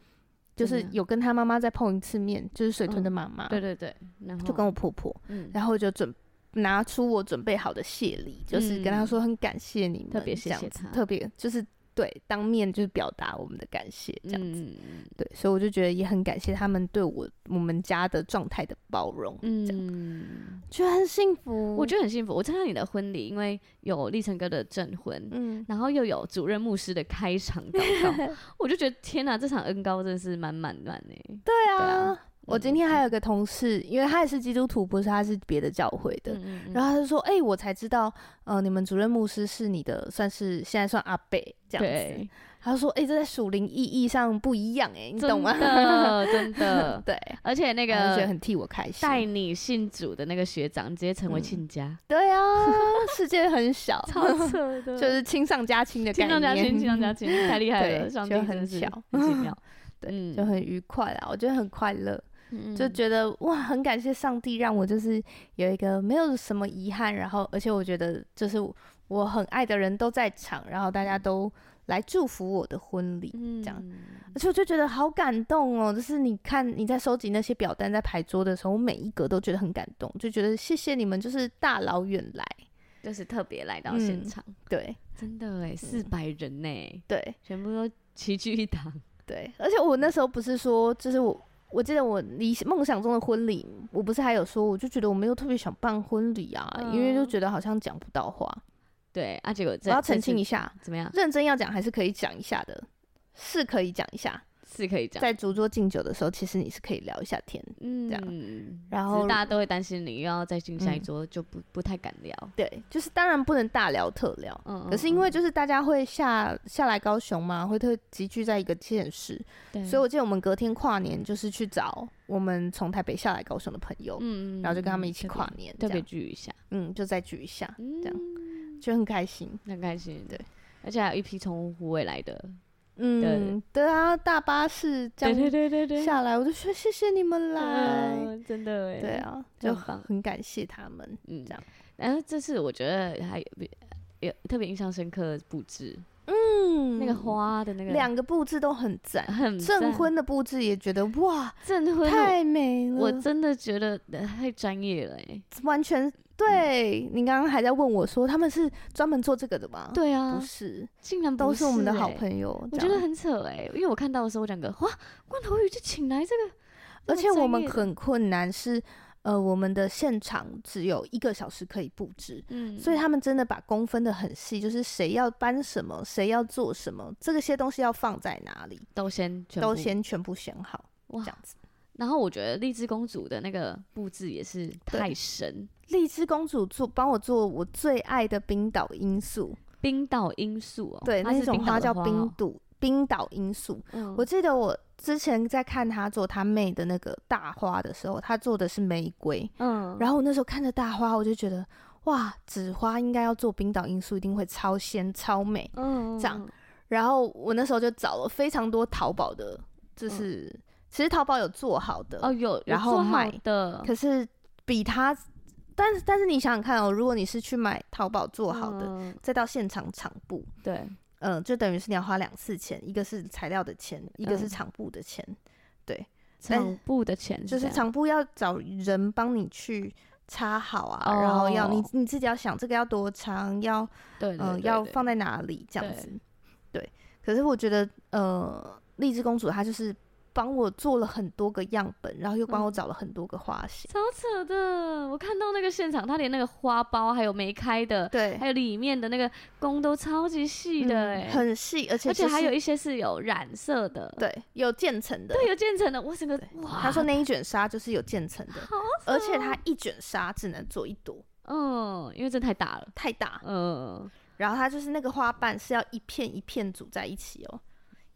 [SPEAKER 2] 就是
[SPEAKER 1] 怎样
[SPEAKER 2] 有跟他妈妈再碰一次面，就是水豚的妈妈，
[SPEAKER 1] 嗯对对对，然后
[SPEAKER 2] 就跟我婆婆，
[SPEAKER 1] 嗯
[SPEAKER 2] 然后就准拿出我准备好的谢礼，就是跟他
[SPEAKER 1] 嗯
[SPEAKER 2] 说很感谢你们，
[SPEAKER 1] 特别谢
[SPEAKER 2] 这样
[SPEAKER 1] 谢
[SPEAKER 2] 子
[SPEAKER 1] 他
[SPEAKER 2] 特别就是对当面就是表达我们的感谢这样子，
[SPEAKER 1] 嗯
[SPEAKER 2] 对，所以我就觉得也很感谢他们对我我们家的状态的包容，
[SPEAKER 1] 嗯
[SPEAKER 2] 这样
[SPEAKER 1] 嗯，
[SPEAKER 2] 觉得很幸福，
[SPEAKER 1] 我
[SPEAKER 2] 得
[SPEAKER 1] 觉得很幸福。我参加你的婚礼，因为有立成哥的证婚，
[SPEAKER 2] 嗯，
[SPEAKER 1] 然后又有主任牧师的开场 祷告，我就觉得天哪，这场恩高真的是满满满哎。
[SPEAKER 2] 对
[SPEAKER 1] 对
[SPEAKER 2] 啊
[SPEAKER 1] 啊，
[SPEAKER 2] 我今天还有一个同事，因为他也是基督徒，不是他是别的教会的，
[SPEAKER 1] 嗯嗯
[SPEAKER 2] 然后他就说：“哎、我才知道，呃，你们主任牧师是你的，算是现在算阿贝这样子。
[SPEAKER 1] 对，”
[SPEAKER 2] 他说：“哎、这在属灵意义上不一样、哎，你懂吗？”
[SPEAKER 1] 真的真的，
[SPEAKER 2] 对，
[SPEAKER 1] 而且那
[SPEAKER 2] 然后觉得
[SPEAKER 1] 个
[SPEAKER 2] 很替我开心。
[SPEAKER 1] 带你信主的那个学长，直接成为
[SPEAKER 2] 嗯
[SPEAKER 1] 亲家，
[SPEAKER 2] 对啊， 世界很 小，
[SPEAKER 1] 超扯的，
[SPEAKER 2] 就是亲上加亲的概
[SPEAKER 1] 亲
[SPEAKER 2] 念，
[SPEAKER 1] 上加亲，亲上加亲，太厉害了，
[SPEAKER 2] 对
[SPEAKER 1] 上帝
[SPEAKER 2] 就
[SPEAKER 1] 真
[SPEAKER 2] 很
[SPEAKER 1] 是
[SPEAKER 2] 巧
[SPEAKER 1] 很奇 妙，嗯对
[SPEAKER 2] 就很愉快啦。我觉得很快乐，
[SPEAKER 1] 很
[SPEAKER 2] 就觉得哇，很感谢上帝让我就是有一个没有什么遗憾，然后而且我觉得就是我很爱的人都在场，然后大家都来祝福我的婚礼。
[SPEAKER 1] 这
[SPEAKER 2] 这样而且我就觉得好感动哦，就是你看你在收集那些表单，在排桌的时候，我每一个都觉得很感动，就觉得谢谢你们，就是大老远来，
[SPEAKER 1] 就是特别来到
[SPEAKER 2] 嗯
[SPEAKER 1] 现场，
[SPEAKER 2] 对
[SPEAKER 1] 真的哎，四百人呢，
[SPEAKER 2] 对，
[SPEAKER 1] 全部都齐聚一堂，
[SPEAKER 2] 对，而且我那时候不是说，就是我我记得我理想梦想中的婚礼，我不是还有说，我就觉得我没有特别想办婚礼啊，因为就
[SPEAKER 1] 嗯
[SPEAKER 2] 觉得好像讲不到话。
[SPEAKER 1] 对啊，结果
[SPEAKER 2] 我
[SPEAKER 1] 这
[SPEAKER 2] 要澄清一
[SPEAKER 1] 你
[SPEAKER 2] 下，
[SPEAKER 1] 怎么样？
[SPEAKER 2] 认真要讲还是可以讲一下的，是可以讲一下。
[SPEAKER 1] 是可以讲，
[SPEAKER 2] 在主桌敬酒的时候，其实你是可以聊一下天。这样
[SPEAKER 1] 嗯，
[SPEAKER 2] 然
[SPEAKER 1] 只
[SPEAKER 2] 后
[SPEAKER 1] 是大家都会担心你又要再进下一
[SPEAKER 2] 嗯
[SPEAKER 1] 桌，就不不太敢聊，
[SPEAKER 2] 对，就是当然不能大聊特聊，啊
[SPEAKER 1] 嗯，
[SPEAKER 2] 可是因为就是大家会下下来高雄嘛，会特集聚在一个县市，
[SPEAKER 1] 对，
[SPEAKER 2] 所以我记得我们隔天跨年就是去找我们从台北下来高雄的朋友，
[SPEAKER 1] 嗯，嗯
[SPEAKER 2] 然后就跟他们
[SPEAKER 1] 嗯
[SPEAKER 2] 一起
[SPEAKER 1] 特别
[SPEAKER 2] 跨年
[SPEAKER 1] 特
[SPEAKER 2] 这
[SPEAKER 1] 别
[SPEAKER 2] 样
[SPEAKER 1] 聚一下，
[SPEAKER 2] 嗯，就再聚一下，
[SPEAKER 1] 这
[SPEAKER 2] 样就很开心。
[SPEAKER 1] 很开心，
[SPEAKER 2] 对，
[SPEAKER 1] 而且还有一批从湖北来的，
[SPEAKER 2] 嗯，对啊，大巴士这
[SPEAKER 1] 对对
[SPEAKER 2] 样
[SPEAKER 1] 对对对，
[SPEAKER 2] 下来，我就说谢谢你们来。
[SPEAKER 1] 嗯，真的哎，
[SPEAKER 2] 对，啊，
[SPEAKER 1] 这
[SPEAKER 2] 就
[SPEAKER 1] 很棒
[SPEAKER 2] 很感谢他们。
[SPEAKER 1] 嗯，
[SPEAKER 2] 这样。
[SPEAKER 1] 然后这次我觉得还有有特别印象深刻的布置，
[SPEAKER 2] 嗯
[SPEAKER 1] 那个花的那个
[SPEAKER 2] 两个布置都很赞，
[SPEAKER 1] 很
[SPEAKER 2] 证
[SPEAKER 1] 赞
[SPEAKER 2] 婚的布置也觉得哇，
[SPEAKER 1] 证婚我，
[SPEAKER 2] 太美了，
[SPEAKER 1] 我真的觉得呃太专业了哎，
[SPEAKER 2] 完全对。你刚刚还在问我说他们是专门做这个的吗？，
[SPEAKER 1] 对
[SPEAKER 2] 哦不
[SPEAKER 1] 啊，
[SPEAKER 2] 是，
[SPEAKER 1] 竟然
[SPEAKER 2] 都
[SPEAKER 1] 不
[SPEAKER 2] 是
[SPEAKER 1] 是
[SPEAKER 2] 我们的好
[SPEAKER 1] 哎
[SPEAKER 2] 朋友。
[SPEAKER 1] 我
[SPEAKER 2] 这
[SPEAKER 1] 觉得
[SPEAKER 2] 样
[SPEAKER 1] 很扯哎、因为我看到的时候，我整个哇，罐头鱼就请来这个，
[SPEAKER 2] 而且我们
[SPEAKER 1] 可
[SPEAKER 2] 很困难是，呃，我们的现场只有一个小时可以布置，
[SPEAKER 1] 嗯，
[SPEAKER 2] 所以他们真的把工分的很细，就是谁要搬什么，谁要做什么，这个些东西要放在哪里，
[SPEAKER 1] 都先全
[SPEAKER 2] 都
[SPEAKER 1] 部
[SPEAKER 2] 先全部选好，
[SPEAKER 1] 哇
[SPEAKER 2] 这。样子。
[SPEAKER 1] 然后我觉得荔枝公主的那个布置也是太神，
[SPEAKER 2] 荔枝公主做帮我做我最爱的冰岛因素，
[SPEAKER 1] 冰岛因素哦，
[SPEAKER 2] 对，
[SPEAKER 1] 它
[SPEAKER 2] 那
[SPEAKER 1] 是
[SPEAKER 2] 种
[SPEAKER 1] 岛
[SPEAKER 2] 花
[SPEAKER 1] 的
[SPEAKER 2] 叫
[SPEAKER 1] 花
[SPEAKER 2] 冰
[SPEAKER 1] 哦，
[SPEAKER 2] 岛冰岛因素。
[SPEAKER 1] 嗯，
[SPEAKER 2] 我记得我之前在看她做她妹的那个大花的时候，她做的是玫瑰，
[SPEAKER 1] 嗯，
[SPEAKER 2] 然后我那时候看着大花，我就觉得哇，紫花应该要做冰岛因素，一定会超鲜超美。
[SPEAKER 1] 嗯
[SPEAKER 2] 这样，然后我那时候就找了非常多淘宝的，就是、其实淘宝有做好的，
[SPEAKER 1] 嗯哦有，有
[SPEAKER 2] 然后
[SPEAKER 1] 做好
[SPEAKER 2] 卖
[SPEAKER 1] 的，
[SPEAKER 2] 可是比它，但是但是你想想看哦，如果你是去买淘宝做好的，
[SPEAKER 1] 嗯，
[SPEAKER 2] 再到现场厂布，
[SPEAKER 1] 对，
[SPEAKER 2] 嗯、就等于是你要花两次钱，一个是材料的钱，一个是
[SPEAKER 1] 嗯
[SPEAKER 2] 厂布的钱，但
[SPEAKER 1] 厂部的钱
[SPEAKER 2] 就是
[SPEAKER 1] 这样，
[SPEAKER 2] 厂布要找人帮你去。插好啊，然后要你
[SPEAKER 1] 哦
[SPEAKER 2] 你自己要想这个要多长，要
[SPEAKER 1] 对，对
[SPEAKER 2] 嗯、
[SPEAKER 1] 对
[SPEAKER 2] 要
[SPEAKER 1] 对
[SPEAKER 2] 放在哪里这样
[SPEAKER 1] 对
[SPEAKER 2] 子。对，可是我觉得，呃，荔枝公主她就是帮我做了很多个样本，然后又帮我
[SPEAKER 1] 嗯
[SPEAKER 2] 找了很多个花型。
[SPEAKER 1] 超扯的，我看到那个现场，他连那个花苞还有没开的，
[SPEAKER 2] 对
[SPEAKER 1] 还，有里面的那个弓都超级细的
[SPEAKER 2] 嗯
[SPEAKER 1] 哎、
[SPEAKER 2] 很细，而且、
[SPEAKER 1] 而且还有
[SPEAKER 2] 一
[SPEAKER 1] 一些是有染色的，
[SPEAKER 2] 对有渐层的。
[SPEAKER 1] 对，有渐层的，我整个
[SPEAKER 2] 对
[SPEAKER 1] 哇，
[SPEAKER 2] 她说那一卷纱就是有渐层的，
[SPEAKER 1] 啊好，哦
[SPEAKER 2] 而且她一卷纱只能做一朵，
[SPEAKER 1] 嗯，因为这太大了，
[SPEAKER 2] 太大。
[SPEAKER 1] 嗯，
[SPEAKER 2] 然后它就是那个花瓣是要一片一片组在一起哦，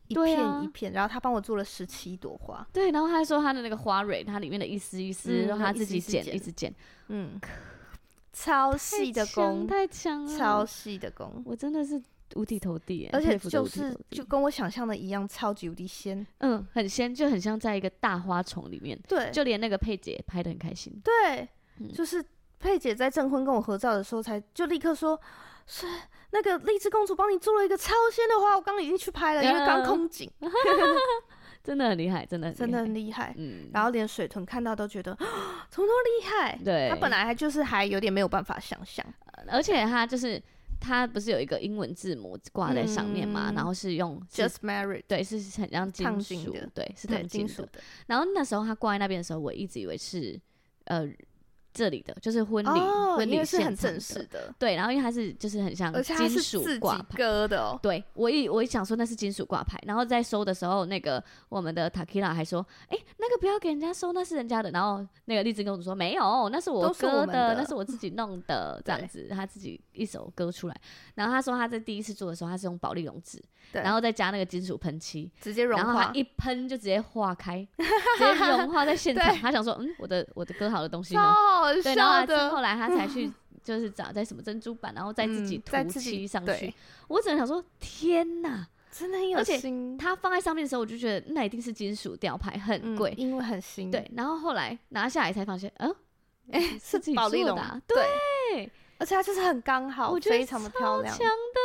[SPEAKER 2] 一
[SPEAKER 1] 对
[SPEAKER 2] 片
[SPEAKER 1] 啊
[SPEAKER 2] 一片，然后他帮我做了十七朵花，
[SPEAKER 1] 对，然后他还说他的那个花蕊，它里面的一丝一丝，
[SPEAKER 2] 嗯
[SPEAKER 1] 然后他
[SPEAKER 2] 一丝
[SPEAKER 1] 自己
[SPEAKER 2] 一丝
[SPEAKER 1] 剪，
[SPEAKER 2] 剪
[SPEAKER 1] 一直剪，
[SPEAKER 2] 嗯，超细的工，
[SPEAKER 1] 太强了，
[SPEAKER 2] 超细的工，
[SPEAKER 1] 我真的是五体投地耶，
[SPEAKER 2] 而且
[SPEAKER 1] 佩服得
[SPEAKER 2] 就
[SPEAKER 1] 五体
[SPEAKER 2] 是
[SPEAKER 1] 投地
[SPEAKER 2] 就跟我想象的一样，超级无敌鲜，
[SPEAKER 1] 嗯，很鲜，就很像在一个大花丛里面，
[SPEAKER 2] 对，
[SPEAKER 1] 就连那个佩姐拍的很开心，
[SPEAKER 2] 对，
[SPEAKER 1] 嗯
[SPEAKER 2] 就是佩姐在证婚跟我合照的时候，才就立刻说，是那个荔枝公主帮你做了一个超鲜的花，我刚刚已经去拍了，因为刚
[SPEAKER 1] 嗯
[SPEAKER 2] 空景，
[SPEAKER 1] 真的很厉害，真的很
[SPEAKER 2] 真的很
[SPEAKER 1] 厉害，
[SPEAKER 2] 厉害。
[SPEAKER 1] 嗯，
[SPEAKER 2] 然后连水豚看到都觉得，啊怎么那么厉害？
[SPEAKER 1] 对，
[SPEAKER 2] 他本来还就是还有点没有办法想象，
[SPEAKER 1] 而且他就是他不是有一个英文字母挂在上面嘛，
[SPEAKER 2] 嗯
[SPEAKER 1] 然后是用是
[SPEAKER 2] just married，
[SPEAKER 1] 对，是很像
[SPEAKER 2] 烫
[SPEAKER 1] 金
[SPEAKER 2] 金
[SPEAKER 1] 属
[SPEAKER 2] 的，
[SPEAKER 1] 对，是
[SPEAKER 2] 对，
[SPEAKER 1] 烫
[SPEAKER 2] 金
[SPEAKER 1] 金
[SPEAKER 2] 属
[SPEAKER 1] 的。
[SPEAKER 2] 的，
[SPEAKER 1] 然后那时候他挂在那边的时候，我一直以为是呃这里的，就是婚礼、
[SPEAKER 2] 哦，
[SPEAKER 1] 婚
[SPEAKER 2] 因
[SPEAKER 1] 礼
[SPEAKER 2] 为是
[SPEAKER 1] 现
[SPEAKER 2] 很
[SPEAKER 1] 场
[SPEAKER 2] 正
[SPEAKER 1] 的
[SPEAKER 2] 式，的，
[SPEAKER 1] 对。然后因为它是就是很像
[SPEAKER 2] 而且它
[SPEAKER 1] 金
[SPEAKER 2] 是
[SPEAKER 1] 属
[SPEAKER 2] 自己
[SPEAKER 1] 挂牌。
[SPEAKER 2] 割的哦，
[SPEAKER 1] 对我一我一想说那是金属挂牌，然后在收的时候，那个我们的 Takira 还说，哎、那个不要给人家收，那是人家的。然后那个荔枝公主说，没有，那是我
[SPEAKER 2] 都是我
[SPEAKER 1] 割
[SPEAKER 2] 们的
[SPEAKER 1] 那是我自己弄的，这样
[SPEAKER 2] 对
[SPEAKER 1] 子，她自己一手割出来。然后她说她在第一次做的时候，她是用保丽龙纸，
[SPEAKER 2] 对
[SPEAKER 1] 然后再加那个金属喷漆，
[SPEAKER 2] 直接融
[SPEAKER 1] 然后她
[SPEAKER 2] 化，
[SPEAKER 1] 一喷就直接化开，直接融化在现场。
[SPEAKER 2] 对
[SPEAKER 1] 她想说，嗯，我的我的割好的东西
[SPEAKER 2] 超
[SPEAKER 1] 呢？
[SPEAKER 2] 好
[SPEAKER 1] 对，然后
[SPEAKER 2] 笑
[SPEAKER 1] 她是
[SPEAKER 2] 的，
[SPEAKER 1] 后来她才去。就是找在什么珍珠板，然后再自己
[SPEAKER 2] 嗯再
[SPEAKER 1] 涂
[SPEAKER 2] 自己
[SPEAKER 1] 漆上
[SPEAKER 2] 对
[SPEAKER 1] 去，我只能想说，天哪！
[SPEAKER 2] 真的很有
[SPEAKER 1] 而且
[SPEAKER 2] 心，
[SPEAKER 1] 它放在上面的时候，我就觉得那一定是金属吊牌，很
[SPEAKER 2] 嗯
[SPEAKER 1] 贵。
[SPEAKER 2] 因为很新，
[SPEAKER 1] 对，，然后后来拿下来才发现，嗯、
[SPEAKER 2] 是
[SPEAKER 1] 自己
[SPEAKER 2] 保利
[SPEAKER 1] 做
[SPEAKER 2] 龙
[SPEAKER 1] 的啊，
[SPEAKER 2] 对，而且它就是很刚好，
[SPEAKER 1] 我觉得
[SPEAKER 2] 非常的漂亮
[SPEAKER 1] 强，的，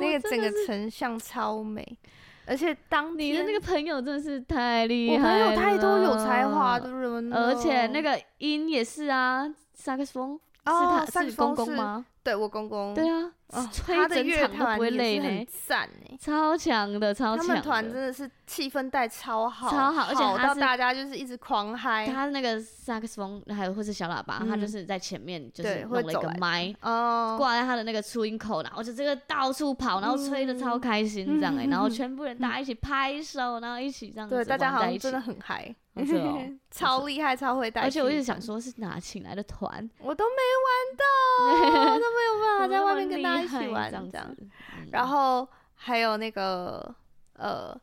[SPEAKER 2] 那
[SPEAKER 1] 我
[SPEAKER 2] 个
[SPEAKER 1] 真
[SPEAKER 2] 整个
[SPEAKER 1] 的是
[SPEAKER 2] 成像超美，而且当
[SPEAKER 1] 你的
[SPEAKER 2] 天
[SPEAKER 1] 那个朋友真的是太厉
[SPEAKER 2] 我
[SPEAKER 1] 害，
[SPEAKER 2] 朋友太多有才华的。人了，
[SPEAKER 1] 而且那
[SPEAKER 2] 个
[SPEAKER 1] 个音也是啊，萨克斯风、
[SPEAKER 2] 哦，
[SPEAKER 1] 是
[SPEAKER 2] 萨
[SPEAKER 1] 他
[SPEAKER 2] 克
[SPEAKER 1] 是
[SPEAKER 2] 斯
[SPEAKER 1] 公
[SPEAKER 2] 风
[SPEAKER 1] 公
[SPEAKER 2] 是？
[SPEAKER 1] 吗？
[SPEAKER 2] 对我公公，
[SPEAKER 1] 对啊，
[SPEAKER 2] 哦，
[SPEAKER 1] 吹
[SPEAKER 2] 他的
[SPEAKER 1] 整
[SPEAKER 2] 乐
[SPEAKER 1] 场都
[SPEAKER 2] 团
[SPEAKER 1] 不会累
[SPEAKER 2] 也是很
[SPEAKER 1] 呢，
[SPEAKER 2] 赞呢。
[SPEAKER 1] 超强的，超
[SPEAKER 2] 他
[SPEAKER 1] 强的。
[SPEAKER 2] 们团真的是气氛带超好，
[SPEAKER 1] 超好而且他
[SPEAKER 2] 到
[SPEAKER 1] 是
[SPEAKER 2] 大家就是一直狂嗨
[SPEAKER 1] 他那个萨克斯风还有或是小喇叭，他就
[SPEAKER 2] 嗯
[SPEAKER 1] 是在前面就是
[SPEAKER 2] 对
[SPEAKER 1] 弄
[SPEAKER 2] 会
[SPEAKER 1] 了一
[SPEAKER 2] 走
[SPEAKER 1] 个
[SPEAKER 2] 来
[SPEAKER 1] 麦，
[SPEAKER 2] 哦，
[SPEAKER 1] 挂在他的那个出音口，然后就这个到处跑，然后吹的超开心这样哎、
[SPEAKER 2] 嗯
[SPEAKER 1] 然后全部人大家一起拍手，然后一起这样子
[SPEAKER 2] 对，大家
[SPEAKER 1] 玩
[SPEAKER 2] 好
[SPEAKER 1] 在
[SPEAKER 2] 像
[SPEAKER 1] 一起
[SPEAKER 2] 真的，很嗨，
[SPEAKER 1] 好扯哦
[SPEAKER 2] 超厉害，超会带。
[SPEAKER 1] 而且我一直想，说是哪请来的团，
[SPEAKER 2] 我都没玩 到，我都没有办啊法在外面跟大家一
[SPEAKER 1] 怎么
[SPEAKER 2] 起
[SPEAKER 1] 那么厉害
[SPEAKER 2] 玩
[SPEAKER 1] 这样
[SPEAKER 2] 这样。
[SPEAKER 1] 子，嗯
[SPEAKER 2] 然后还有那个呃，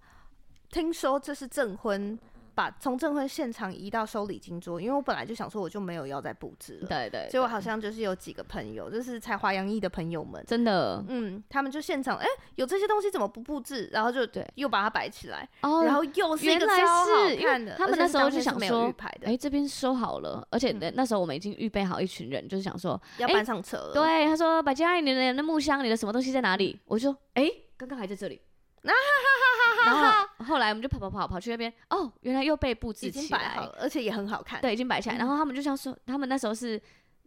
[SPEAKER 2] 听说这是证婚，把从证婚现场移到收礼金桌，因为我本来就想说我就没有要再布置了，
[SPEAKER 1] 对对
[SPEAKER 2] 结果
[SPEAKER 1] 对
[SPEAKER 2] 好像就是有几个朋友，就是才华洋溢的朋友们。
[SPEAKER 1] 真的
[SPEAKER 2] 嗯，他们就现场哎、有这些东西怎么不布置？然后就
[SPEAKER 1] 对
[SPEAKER 2] 又把它摆起来，
[SPEAKER 1] 哦，
[SPEAKER 2] 然后又是一个
[SPEAKER 1] 原来
[SPEAKER 2] 超好
[SPEAKER 1] 是因为
[SPEAKER 2] 看的。
[SPEAKER 1] 他
[SPEAKER 2] 而
[SPEAKER 1] 们
[SPEAKER 2] 且
[SPEAKER 1] 那
[SPEAKER 2] 是
[SPEAKER 1] 时候
[SPEAKER 2] 当
[SPEAKER 1] 就
[SPEAKER 2] 天是
[SPEAKER 1] 想
[SPEAKER 2] 没有
[SPEAKER 1] 说
[SPEAKER 2] 预排的，
[SPEAKER 1] 哎这边收好了，而且
[SPEAKER 2] 嗯
[SPEAKER 1] 那那时候我们已经预备好一群人，就是想说，
[SPEAKER 2] 要
[SPEAKER 1] 诶
[SPEAKER 2] 搬上车了。
[SPEAKER 1] 对他说百佳，你的那木箱，你的什么东西在哪里？我就哎，诶刚刚还在这里。然 后后来我们就跑跑跑跑去那边，哦，原来又被布置
[SPEAKER 2] 已经
[SPEAKER 1] 起
[SPEAKER 2] 摆好
[SPEAKER 1] 来，
[SPEAKER 2] 了，而且也很好看。
[SPEAKER 1] 对，已经摆
[SPEAKER 2] 嗯
[SPEAKER 1] 起来。然后他们就像说，他们那时候是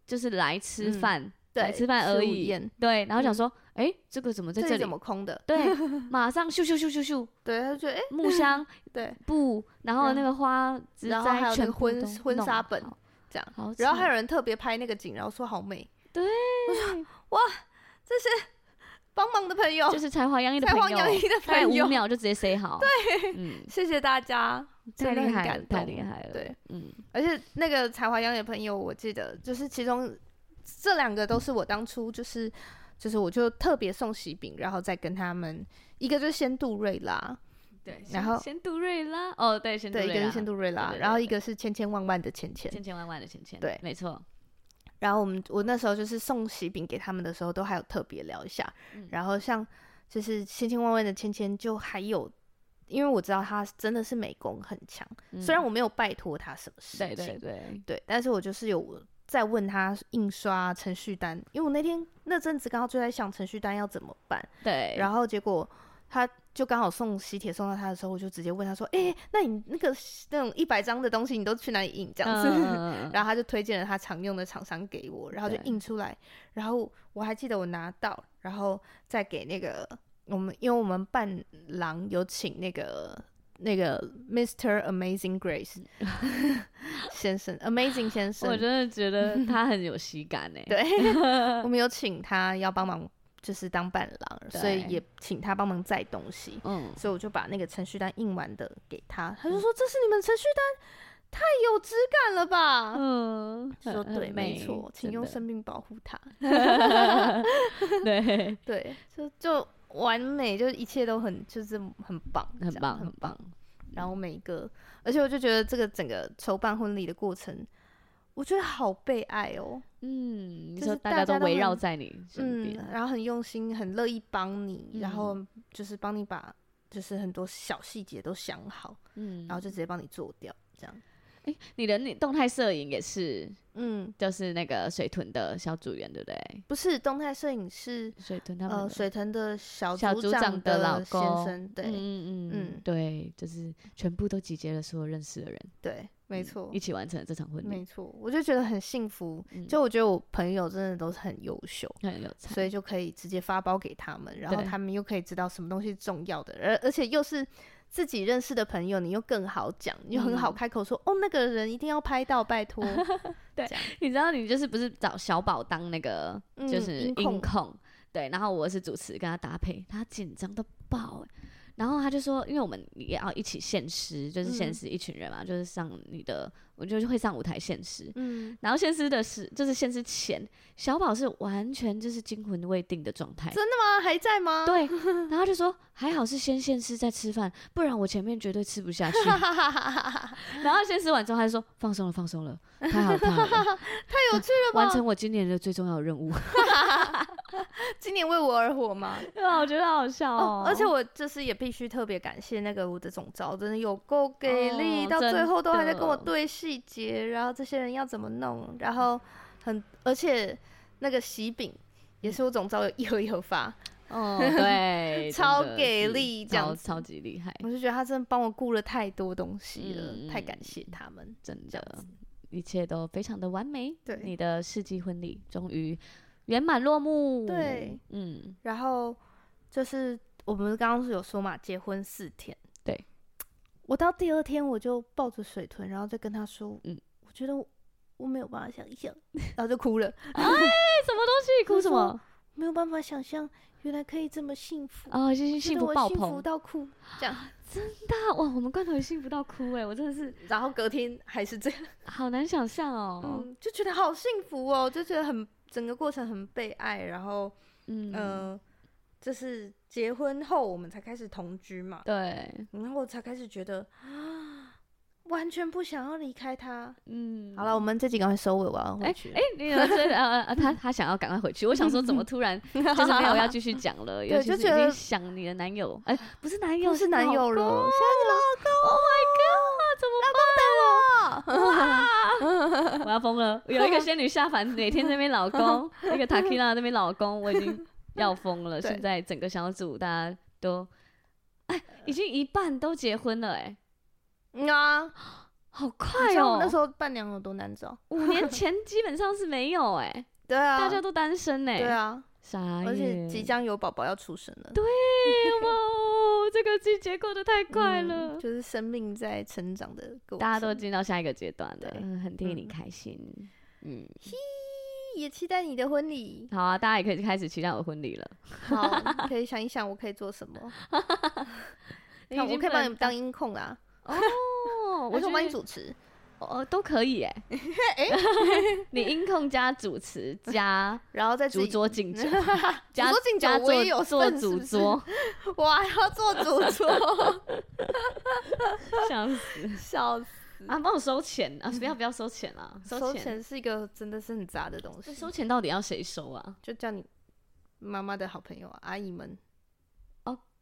[SPEAKER 1] 就是来吃
[SPEAKER 2] 嗯
[SPEAKER 1] 饭，来
[SPEAKER 2] 对，
[SPEAKER 1] 吃饭而
[SPEAKER 2] 午
[SPEAKER 1] 已
[SPEAKER 2] 宴
[SPEAKER 1] 对，然后想
[SPEAKER 2] 嗯
[SPEAKER 1] 说，哎，这个怎么在
[SPEAKER 2] 这
[SPEAKER 1] 这
[SPEAKER 2] 里怎
[SPEAKER 1] 里？
[SPEAKER 2] 么空的？
[SPEAKER 1] 对，马上咻咻咻咻咻，
[SPEAKER 2] 对，他就觉得哎、
[SPEAKER 1] 木箱
[SPEAKER 2] 对，
[SPEAKER 1] 布，然后那个花植
[SPEAKER 2] 然后还有
[SPEAKER 1] 栽
[SPEAKER 2] 那
[SPEAKER 1] 全
[SPEAKER 2] 个
[SPEAKER 1] 部
[SPEAKER 2] 婚
[SPEAKER 1] 都
[SPEAKER 2] 婚
[SPEAKER 1] 弄
[SPEAKER 2] 纱本
[SPEAKER 1] 好
[SPEAKER 2] 这样，
[SPEAKER 1] 好
[SPEAKER 2] 然后还
[SPEAKER 1] 有
[SPEAKER 2] 有人特别拍那个景，然后说好美。
[SPEAKER 1] 对，
[SPEAKER 2] 帮忙的朋友，
[SPEAKER 1] 就是才华洋溢的
[SPEAKER 2] 哦才
[SPEAKER 1] 朋
[SPEAKER 2] 华洋
[SPEAKER 1] 友
[SPEAKER 2] 溢，的
[SPEAKER 1] 在
[SPEAKER 2] 朋
[SPEAKER 1] 五
[SPEAKER 2] 友，
[SPEAKER 1] 秒就直接 say 好，对，嗯，
[SPEAKER 2] 谢谢大家，
[SPEAKER 1] 太
[SPEAKER 2] 真的
[SPEAKER 1] 厉
[SPEAKER 2] 很
[SPEAKER 1] 害了，
[SPEAKER 2] 感
[SPEAKER 1] 太
[SPEAKER 2] 动
[SPEAKER 1] 厉害了。
[SPEAKER 2] 对，
[SPEAKER 1] 嗯，
[SPEAKER 2] 而且那个才华洋溢的朋友，我记得就是其中这两个都是我当初就是就是我就特别送喜饼，然后再跟他们一个就是仙杜瑞拉，
[SPEAKER 1] 对。
[SPEAKER 2] 然后
[SPEAKER 1] 仙杜瑞拉，哦，对，仙杜
[SPEAKER 2] 对，
[SPEAKER 1] 瑞
[SPEAKER 2] 一个
[SPEAKER 1] 拉，
[SPEAKER 2] 是仙杜瑞拉
[SPEAKER 1] 对，对
[SPEAKER 2] 然后
[SPEAKER 1] 对
[SPEAKER 2] 一个是千千万万的钱钱，
[SPEAKER 1] 千千万万的钱钱，
[SPEAKER 2] 对
[SPEAKER 1] 没错，
[SPEAKER 2] 然后我们我那时候就是送喜饼给他们的时候，都还有特别聊一下。
[SPEAKER 1] 嗯
[SPEAKER 2] 然后像就是千千万万的芊芊，就还有，因为我知道他真的是美工很强，虽然
[SPEAKER 1] 我
[SPEAKER 2] 我没有拜托他什么事情，
[SPEAKER 1] 嗯对对对，
[SPEAKER 2] 对但是我就是有在问他印刷啊程序单，因为我那天那阵子刚好就在想程序单要怎么办，
[SPEAKER 1] 对，后
[SPEAKER 2] 然后结果。他就刚好送喜帖送到他的时候，我就直接问他说：“哎、那你那个那种一百张的东西，你都去哪里印？”这样
[SPEAKER 1] 嗯
[SPEAKER 2] 子，然后他就推荐了他常用的厂商给我，然后就
[SPEAKER 1] 对
[SPEAKER 2] 印出来。然后我还记得我拿到，然后再给那个我们，因为我们伴郎有请那个那个 Mr. Amazing Grace 先生，Amazing 先
[SPEAKER 1] 我
[SPEAKER 2] 生，
[SPEAKER 1] 真的觉得他很有喜感欸诶，
[SPEAKER 2] 对，我们有请他要帮忙，就是当伴郎，所以
[SPEAKER 1] 对
[SPEAKER 2] 也请他帮忙载东西。
[SPEAKER 1] 嗯，
[SPEAKER 2] 所以我就把那个程序单印完的给他，他就说：“这是你们程序单，太有质感了吧！”
[SPEAKER 1] 嗯，
[SPEAKER 2] 就说
[SPEAKER 1] 很
[SPEAKER 2] 对，没错，请用。生命保护它。
[SPEAKER 1] 很美真的 对，
[SPEAKER 2] 对，就就完美，就是一切都很就是很棒，
[SPEAKER 1] 很
[SPEAKER 2] 这样
[SPEAKER 1] 棒，
[SPEAKER 2] 很
[SPEAKER 1] 很棒。
[SPEAKER 2] 然后每一个，而且我就觉得这个整个筹办婚礼的过程，我觉得好被爱哦，
[SPEAKER 1] 嗯，你
[SPEAKER 2] 就
[SPEAKER 1] 说
[SPEAKER 2] 是
[SPEAKER 1] 大
[SPEAKER 2] 大
[SPEAKER 1] 家
[SPEAKER 2] 家
[SPEAKER 1] 都
[SPEAKER 2] 都
[SPEAKER 1] 围
[SPEAKER 2] 很
[SPEAKER 1] 绕在你
[SPEAKER 2] 嗯
[SPEAKER 1] 身边，，
[SPEAKER 2] 然后很用心，很乐意帮你，然
[SPEAKER 1] 嗯
[SPEAKER 2] 后就是帮你把就是很多小细节都想好，
[SPEAKER 1] 嗯，
[SPEAKER 2] 然后就直接帮你做掉，这样，
[SPEAKER 1] 哎、你的那动态摄影也是，
[SPEAKER 2] 嗯，
[SPEAKER 1] 就是那个水豚的小组员，对不对？
[SPEAKER 2] 不是动态摄影是
[SPEAKER 1] 水豚他们
[SPEAKER 2] 呃
[SPEAKER 1] 的
[SPEAKER 2] 水藤的小
[SPEAKER 1] 小组长
[SPEAKER 2] 的
[SPEAKER 1] 老
[SPEAKER 2] 先
[SPEAKER 1] 公，
[SPEAKER 2] 生，对、
[SPEAKER 1] 嗯嗯嗯嗯
[SPEAKER 2] 嗯，
[SPEAKER 1] 对，就是全部都集结了所有认识的人，
[SPEAKER 2] 对，没
[SPEAKER 1] 嗯
[SPEAKER 2] 错
[SPEAKER 1] 一。起完成了这场婚
[SPEAKER 2] 没
[SPEAKER 1] 礼，
[SPEAKER 2] 错，我就觉得很幸福。
[SPEAKER 1] 嗯
[SPEAKER 2] 就我觉得我朋友真的都是很优秀，
[SPEAKER 1] 很有才，
[SPEAKER 2] 所以就可以直接发包给他们，然后
[SPEAKER 1] 对
[SPEAKER 2] 他们又可以知道什么东西是重要的，而而且又是自己认识的朋友，你又更好讲，你又很好
[SPEAKER 1] 嗯
[SPEAKER 2] 开口说、哦，那个人一定要拍到，拜 托，
[SPEAKER 1] 你知道，你就是不是找小宝当那个、
[SPEAKER 2] 嗯
[SPEAKER 1] 就是
[SPEAKER 2] 音控
[SPEAKER 1] 音控，对，然后我是主持跟他搭配，他紧张到爆、欸、然后他就说，因为我们也要一起现实，就是现
[SPEAKER 2] 嗯
[SPEAKER 1] 实一群人嘛，就是上你的，我就是会上舞台现实，
[SPEAKER 2] 嗯，
[SPEAKER 1] 然后现实的是，就是现实前，小宝是完全就是惊魂未定的状态。
[SPEAKER 2] 真的吗？还在吗？
[SPEAKER 1] 对，然后他就说还好是先现实再吃饭，不然我前面绝对吃不 下去。然后现实完之后，他就说放松了，放松了，太好 了，太好了，太有趣了吧！完成我今年的最重要的任务。
[SPEAKER 2] 今年为我而活吗？
[SPEAKER 1] 对啊，我觉得好笑
[SPEAKER 2] 哦
[SPEAKER 1] 哦，，
[SPEAKER 2] 而且我就是也必须特别感谢那个我的总招，真的有够给力，
[SPEAKER 1] 哦
[SPEAKER 2] 到最后都还在跟我
[SPEAKER 1] 真的
[SPEAKER 2] 对细节，然后这些人要怎么弄，然后很而且那个喜饼
[SPEAKER 1] 嗯
[SPEAKER 2] 也是我总招有一盒一盒发，
[SPEAKER 1] 哦， 对，
[SPEAKER 2] 超
[SPEAKER 1] 真的
[SPEAKER 2] 给
[SPEAKER 1] 是
[SPEAKER 2] 力这
[SPEAKER 1] 超
[SPEAKER 2] 样子嗯
[SPEAKER 1] 超级厉害，
[SPEAKER 2] 我就觉得他真的帮我顾了太多东西了，
[SPEAKER 1] 嗯
[SPEAKER 2] 太感谢他们。
[SPEAKER 1] 真
[SPEAKER 2] 这样
[SPEAKER 1] 的，一切都非常的完美。
[SPEAKER 2] 对
[SPEAKER 1] 你的世纪婚礼终于圆满落幕。
[SPEAKER 2] 对，
[SPEAKER 1] 嗯，
[SPEAKER 2] 然后就是我们刚刚是有说嘛，结婚四天，
[SPEAKER 1] 对，
[SPEAKER 2] 我到第二天我就抱着水豚，然后再跟他说，
[SPEAKER 1] 嗯
[SPEAKER 2] 嗯，我觉得我我没有办法想象，然后就哭了，
[SPEAKER 1] 哎，什么东西？哭什么？
[SPEAKER 2] 没有办法想象原来可以这么幸福。
[SPEAKER 1] 哦，就是
[SPEAKER 2] 觉
[SPEAKER 1] 幸
[SPEAKER 2] 得
[SPEAKER 1] 福
[SPEAKER 2] 我
[SPEAKER 1] 爆
[SPEAKER 2] 幸福
[SPEAKER 1] 棚，
[SPEAKER 2] 到哭，这样，
[SPEAKER 1] 大哇！我们罐头也幸福到哭哎、我真的是
[SPEAKER 2] 然后隔天还是这样，
[SPEAKER 1] 好难想象哦。
[SPEAKER 2] 嗯，就觉得好幸福哦，就觉得很整个过程很被爱，然后
[SPEAKER 1] 嗯，
[SPEAKER 2] 呃，就是结婚后我们才开始同居嘛，
[SPEAKER 1] 对，
[SPEAKER 2] 然后我才开始觉得啊，完全不想要离开他。
[SPEAKER 1] 嗯，
[SPEAKER 2] 好了，我。们这集赶快收尾，我要
[SPEAKER 1] 哎
[SPEAKER 2] 回去了。
[SPEAKER 1] 哎，你有这呃呃，他他想要赶快回去，我想说怎么突然哎 就是没有要继续讲了，尤
[SPEAKER 2] 对
[SPEAKER 1] 其
[SPEAKER 2] 就是
[SPEAKER 1] 已
[SPEAKER 2] 觉得
[SPEAKER 1] 经想你的男友，哎，不是男友，
[SPEAKER 2] 又是男友了，
[SPEAKER 1] 老公
[SPEAKER 2] 现
[SPEAKER 1] ，Oh my god，怎么办？
[SPEAKER 2] 在是老公 啊
[SPEAKER 1] 我要疯了！有一个仙女下凡，每天那边老公，一个塔 q 拉那边老公，我 已经要疯了。
[SPEAKER 2] 对
[SPEAKER 1] 现在整个小组大家都，哎，已经一半都结婚了、哎，
[SPEAKER 2] 嗯啊，
[SPEAKER 1] 好
[SPEAKER 2] 你
[SPEAKER 1] 快
[SPEAKER 2] 知道我
[SPEAKER 1] 哦、
[SPEAKER 2] 那时候伴娘有多难找？
[SPEAKER 1] 五年前基本上是没有、哎，
[SPEAKER 2] 对啊，
[SPEAKER 1] 大家都单身呢、哎
[SPEAKER 2] 对，啊，
[SPEAKER 1] 傻
[SPEAKER 2] 而且
[SPEAKER 1] 眼，
[SPEAKER 2] 即将有宝宝要出生了，
[SPEAKER 1] 对哦，这个季节过得太快
[SPEAKER 2] 嗯
[SPEAKER 1] 了。
[SPEAKER 2] 就是生命在成长的过程。
[SPEAKER 1] 大家都进到下一个阶段了，
[SPEAKER 2] 对
[SPEAKER 1] 嗯，很替你
[SPEAKER 2] 嗯
[SPEAKER 1] 开心，嗯，，
[SPEAKER 2] 也期待你的婚礼
[SPEAKER 1] 好啊，大家也可以开始期待我的婚 礼了。
[SPEAKER 2] 好， 你可以想一想我可以做什么。
[SPEAKER 1] 你
[SPEAKER 2] 看我
[SPEAKER 1] 已经
[SPEAKER 2] 可以
[SPEAKER 1] 不
[SPEAKER 2] 帮
[SPEAKER 1] 能
[SPEAKER 2] 你当音控啦，
[SPEAKER 1] 哦，
[SPEAKER 2] 我
[SPEAKER 1] 觉
[SPEAKER 2] 就帮你
[SPEAKER 1] 得
[SPEAKER 2] 主持。
[SPEAKER 1] 哦，都可以 哎、 你音控加主持加
[SPEAKER 2] 然后再自
[SPEAKER 1] 主
[SPEAKER 2] 己
[SPEAKER 1] 桌敬酒，加
[SPEAKER 2] 主桌敬酒
[SPEAKER 1] 加
[SPEAKER 2] 我也
[SPEAKER 1] 做
[SPEAKER 2] 有
[SPEAKER 1] 做
[SPEAKER 2] 份是
[SPEAKER 1] 主
[SPEAKER 2] 不是
[SPEAKER 1] 桌，
[SPEAKER 2] 我还要做主桌，,
[SPEAKER 1] 笑死
[SPEAKER 2] 笑死！
[SPEAKER 1] 啊！帮我收钱啊！不要不要收钱啊！
[SPEAKER 2] 嗯收
[SPEAKER 1] 钱，
[SPEAKER 2] 钱是一个真的是很杂的东
[SPEAKER 1] 那
[SPEAKER 2] 西，
[SPEAKER 1] 收钱到底要谁收啊？
[SPEAKER 2] 就叫你妈妈的好朋友、啊、阿姨们，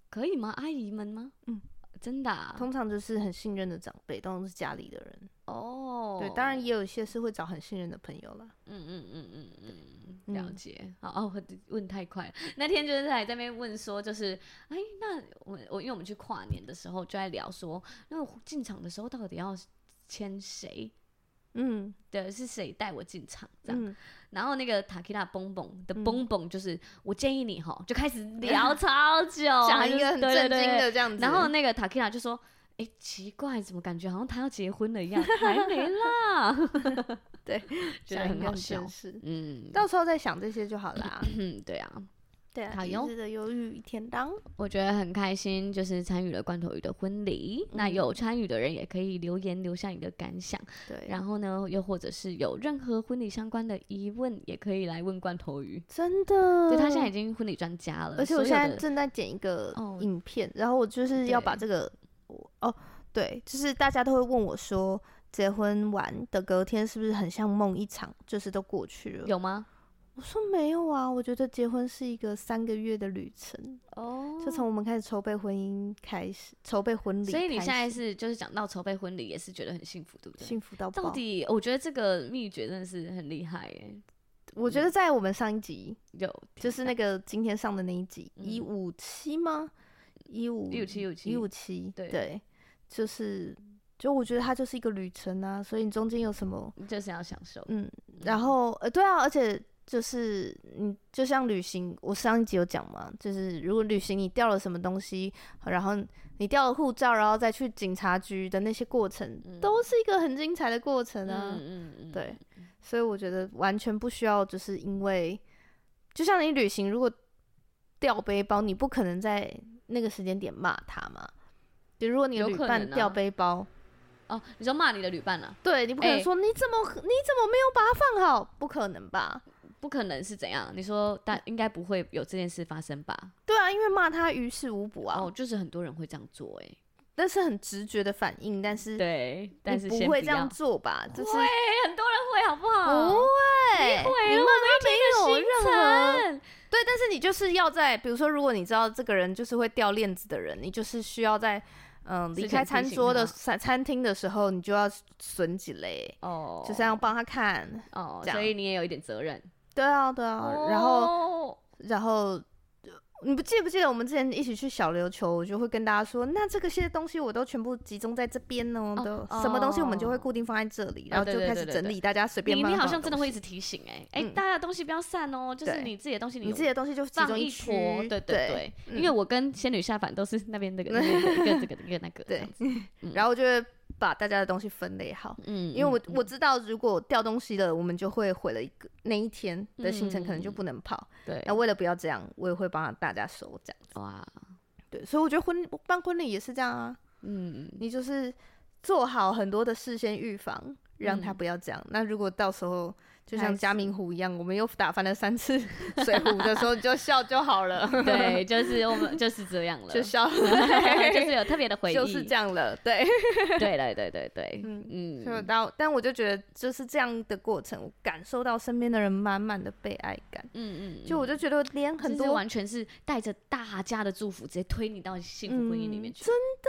[SPEAKER 1] 可以吗？阿姨们吗？
[SPEAKER 2] 嗯，
[SPEAKER 1] 真的啊？
[SPEAKER 2] 通常就是很信任的长辈，通常是家里的人。
[SPEAKER 1] 哦，
[SPEAKER 2] 对，当然，也有一些是会找很信任的朋友啦。
[SPEAKER 1] 嗯嗯嗯嗯嗯嗯，
[SPEAKER 2] 嗯
[SPEAKER 1] 了解。好哦，我问太快了。那天就是在那边问说，就是哎，那我我因为我们去跨年的时候就在聊说，那我进场的时候到底要签谁？
[SPEAKER 2] 嗯，
[SPEAKER 1] 对，是谁带我进场这样？
[SPEAKER 2] 嗯，
[SPEAKER 1] 然后那个塔 q 拉蹦蹦的
[SPEAKER 2] 嗯
[SPEAKER 1] 蹦蹦，就是、我建议你哈，就 开始聊超久，
[SPEAKER 2] 讲一
[SPEAKER 1] 就是
[SPEAKER 2] 个很
[SPEAKER 1] 对
[SPEAKER 2] 震
[SPEAKER 1] 对
[SPEAKER 2] 惊
[SPEAKER 1] 对
[SPEAKER 2] 的这样子。
[SPEAKER 1] 然后那个塔 q 拉就说：“哎、奇怪，怎么感觉好像他要结婚了一样？还没啦。
[SPEAKER 2] 对，
[SPEAKER 1] 觉得
[SPEAKER 2] 讲一
[SPEAKER 1] 很
[SPEAKER 2] 个
[SPEAKER 1] 好
[SPEAKER 2] 很
[SPEAKER 1] 笑
[SPEAKER 2] 正式”。
[SPEAKER 1] 嗯，
[SPEAKER 2] 到时候再想这些就好啦。
[SPEAKER 1] 嗯，对啊，
[SPEAKER 2] 对啊，
[SPEAKER 1] 好
[SPEAKER 2] 体
[SPEAKER 1] 哟
[SPEAKER 2] 制的忧郁一天当，
[SPEAKER 1] 我觉得很开心，就是参与了罐头鱼的婚礼。那
[SPEAKER 2] 嗯
[SPEAKER 1] 有参与的人也可以留言留下你的感想，
[SPEAKER 2] 对，
[SPEAKER 1] 然后呢，又或者是有任何婚礼相关的疑问，也可以来问罐头鱼。
[SPEAKER 2] 真的，
[SPEAKER 1] 对他现在已经婚礼专家了，
[SPEAKER 2] 呃而且我
[SPEAKER 1] 所有
[SPEAKER 2] 现在
[SPEAKER 1] 的
[SPEAKER 2] 正在剪一个
[SPEAKER 1] 哦
[SPEAKER 2] 影片，然后我就是要把
[SPEAKER 1] 对
[SPEAKER 2] 这个，我哦，对，就是大家都会问我说，结婚完的隔天是不是很像梦一场，就是都过去了？
[SPEAKER 1] 有吗？
[SPEAKER 2] 我说没有啊，我觉得结婚是一个三个月的旅程，
[SPEAKER 1] 哦
[SPEAKER 2] 就从我们开始筹备婚姻开始，筹备婚礼开始，
[SPEAKER 1] 所以你现在是就是讲到筹备婚礼，也是觉得很幸福，对不对？
[SPEAKER 2] 幸福到爆。
[SPEAKER 1] 到底我觉得这个秘诀真的是很厉害耶，
[SPEAKER 2] 我觉得在我们上一集，
[SPEAKER 1] 有
[SPEAKER 2] 就是 那个今天上的那一集，
[SPEAKER 1] 嗯
[SPEAKER 2] 一五七吗？一五
[SPEAKER 1] 157
[SPEAKER 2] 一五七，
[SPEAKER 1] 对
[SPEAKER 2] 对，就是就我觉得它就是一个旅程啊，所以你中间有什么
[SPEAKER 1] 就是要享受，
[SPEAKER 2] 嗯，然后呃对啊，而且就是你就像旅行，我上一集有讲嘛，就是如果旅行你掉了什么东西，然后你掉了护照，然后再去警察局的那些过程，
[SPEAKER 1] 嗯
[SPEAKER 2] 都是一个很精彩的过程啊。
[SPEAKER 1] 嗯嗯，
[SPEAKER 2] 对，所以我觉得完全不需要，就是因为就像你旅行，如果掉背包，你不可能在那个时间点骂他嘛。就如果你的
[SPEAKER 1] 有
[SPEAKER 2] 旅
[SPEAKER 1] 可
[SPEAKER 2] 伴
[SPEAKER 1] 能啊
[SPEAKER 2] 掉背包，
[SPEAKER 1] 哦，你说骂你的旅伴啊，
[SPEAKER 2] 对你不可能
[SPEAKER 1] 哎
[SPEAKER 2] 说、你怎么你怎么没有把它放好，不可能吧？
[SPEAKER 1] 不可能是怎样？你说
[SPEAKER 2] 嗯
[SPEAKER 1] 但应该不会有这件事发生吧？
[SPEAKER 2] 对啊，因为骂他于事无补啊，
[SPEAKER 1] 哦，就是很多人会这样做，哎，
[SPEAKER 2] 那是很直觉的反应，但是
[SPEAKER 1] 对，但是
[SPEAKER 2] 嗯你不
[SPEAKER 1] 先
[SPEAKER 2] 会
[SPEAKER 1] 不
[SPEAKER 2] 这样
[SPEAKER 1] 要
[SPEAKER 2] 做吧？就是
[SPEAKER 1] 会很多人会好不
[SPEAKER 2] 不
[SPEAKER 1] 好？
[SPEAKER 2] 会，
[SPEAKER 1] 会
[SPEAKER 2] 你
[SPEAKER 1] 了
[SPEAKER 2] 骂他没有任何
[SPEAKER 1] 任何
[SPEAKER 2] 对，但是你就是要在，比如说，如果你知道这个人就是会掉链子的人，你就是需要在嗯离
[SPEAKER 1] 之
[SPEAKER 2] 开
[SPEAKER 1] 前
[SPEAKER 2] 餐
[SPEAKER 1] 提醒
[SPEAKER 2] 桌的
[SPEAKER 1] 他
[SPEAKER 2] 餐餐厅的时候，你就要损几类，
[SPEAKER 1] 哦，
[SPEAKER 2] 就是要帮他看。
[SPEAKER 1] 哦，
[SPEAKER 2] 这样
[SPEAKER 1] 所以你也有一点责任，
[SPEAKER 2] 对啊，对啊，
[SPEAKER 1] 哦
[SPEAKER 2] 然后
[SPEAKER 1] 后
[SPEAKER 2] 然后。你不记不记得我们之前一起去小琉球，我就会跟大家说，那这个些东西我都全部集中在这边呢，
[SPEAKER 1] 哦
[SPEAKER 2] 都什么东西我们就会
[SPEAKER 1] 哦
[SPEAKER 2] 固定放在这里，
[SPEAKER 1] 哦
[SPEAKER 2] 然后就
[SPEAKER 1] 对对
[SPEAKER 2] 开
[SPEAKER 1] 对
[SPEAKER 2] 始
[SPEAKER 1] 对
[SPEAKER 2] 整
[SPEAKER 1] 对
[SPEAKER 2] 理，大家随便
[SPEAKER 1] 你
[SPEAKER 2] 乱
[SPEAKER 1] 你
[SPEAKER 2] 放
[SPEAKER 1] 好
[SPEAKER 2] 东西。
[SPEAKER 1] 像真的会一直提醒哎、哎、
[SPEAKER 2] 嗯
[SPEAKER 1] 大家的东西不要散哦，就是
[SPEAKER 2] 对
[SPEAKER 1] 你自己的东西
[SPEAKER 2] 你
[SPEAKER 1] 有
[SPEAKER 2] 自己的东西就集
[SPEAKER 1] 放
[SPEAKER 2] 中
[SPEAKER 1] 一
[SPEAKER 2] 区
[SPEAKER 1] 坨，对对对，因为
[SPEAKER 2] 嗯
[SPEAKER 1] 我跟仙女下凡都是那 边那个那边的一个这个一个那个这
[SPEAKER 2] 对
[SPEAKER 1] 样子，嗯
[SPEAKER 2] 然后我就会把大家的东西分类好。
[SPEAKER 1] 嗯，
[SPEAKER 2] 因为我
[SPEAKER 1] 嗯
[SPEAKER 2] 我知道，如果掉东西了，我们就会毁了一个那一天的行程，可能就
[SPEAKER 1] 嗯
[SPEAKER 2] 不能跑。
[SPEAKER 1] 对
[SPEAKER 2] 那、为了不要这样，我也会帮大家收这样。
[SPEAKER 1] 哇，
[SPEAKER 2] 对，所以我觉得婚办婚礼也是这样啊，
[SPEAKER 1] 嗯，
[SPEAKER 2] 你就是做好很多的事先预防，让他
[SPEAKER 1] 嗯
[SPEAKER 2] 不要这样。那如果到时候就
[SPEAKER 1] 还
[SPEAKER 2] 像
[SPEAKER 1] 是
[SPEAKER 2] 加明湖一样，我们又打翻了三次 水壶的时候，你就笑就好了，
[SPEAKER 1] 对，就是我们就是这样了，
[SPEAKER 2] 就 笑
[SPEAKER 1] 就
[SPEAKER 2] 了，
[SPEAKER 1] 是有特别的回忆，
[SPEAKER 2] 就是这样了，对。
[SPEAKER 1] 对对对对对，
[SPEAKER 2] 嗯
[SPEAKER 1] 嗯
[SPEAKER 2] 所以我到，但我就觉得就是这样的过程，我感受到身边的人满满的被爱感。
[SPEAKER 1] 嗯嗯，
[SPEAKER 2] 就我就觉得连很
[SPEAKER 1] 就是
[SPEAKER 2] 多
[SPEAKER 1] 完全是带着大家的祝福，直接推你到幸福婚姻里面
[SPEAKER 2] 嗯
[SPEAKER 1] 去，
[SPEAKER 2] 真的、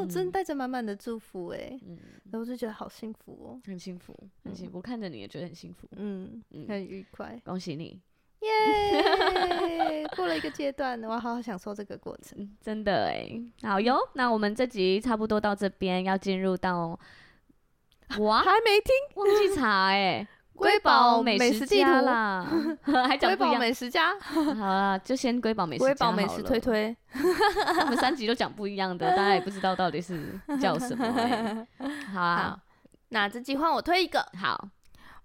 [SPEAKER 1] 嗯
[SPEAKER 2] 真带着满满的祝福哎、欸，
[SPEAKER 1] 嗯，
[SPEAKER 2] 然后我就觉得好幸福哦、
[SPEAKER 1] 很幸福，很幸福，看着你也觉得很幸福，
[SPEAKER 2] 嗯，
[SPEAKER 1] 嗯
[SPEAKER 2] 很愉快，
[SPEAKER 1] 恭喜你，
[SPEAKER 2] 耶、过了一个阶段，我好好享受这个过程。
[SPEAKER 1] 嗯，真的哎、好哟，那我们这集差不多到这边，要进入到哇，
[SPEAKER 2] 还没听
[SPEAKER 1] 忘记查哎、
[SPEAKER 2] 啊瑰
[SPEAKER 1] 宝
[SPEAKER 2] 宝
[SPEAKER 1] 美
[SPEAKER 2] 美
[SPEAKER 1] 食
[SPEAKER 2] 食地
[SPEAKER 1] 家
[SPEAKER 2] 图，
[SPEAKER 1] 啦， 还讲
[SPEAKER 2] 瑰
[SPEAKER 1] 不一
[SPEAKER 2] 宝
[SPEAKER 1] 样，
[SPEAKER 2] 美食家，
[SPEAKER 1] 好啦，就先瑰宝美食
[SPEAKER 2] 瑰
[SPEAKER 1] 家
[SPEAKER 2] 宝美
[SPEAKER 1] 好
[SPEAKER 2] 食
[SPEAKER 1] 了
[SPEAKER 2] 推，推，
[SPEAKER 1] 我们三集都讲不一 样的，大家也不知道到底是叫什 么、欸，好啊，
[SPEAKER 2] 那这集换我推一个，
[SPEAKER 1] 好，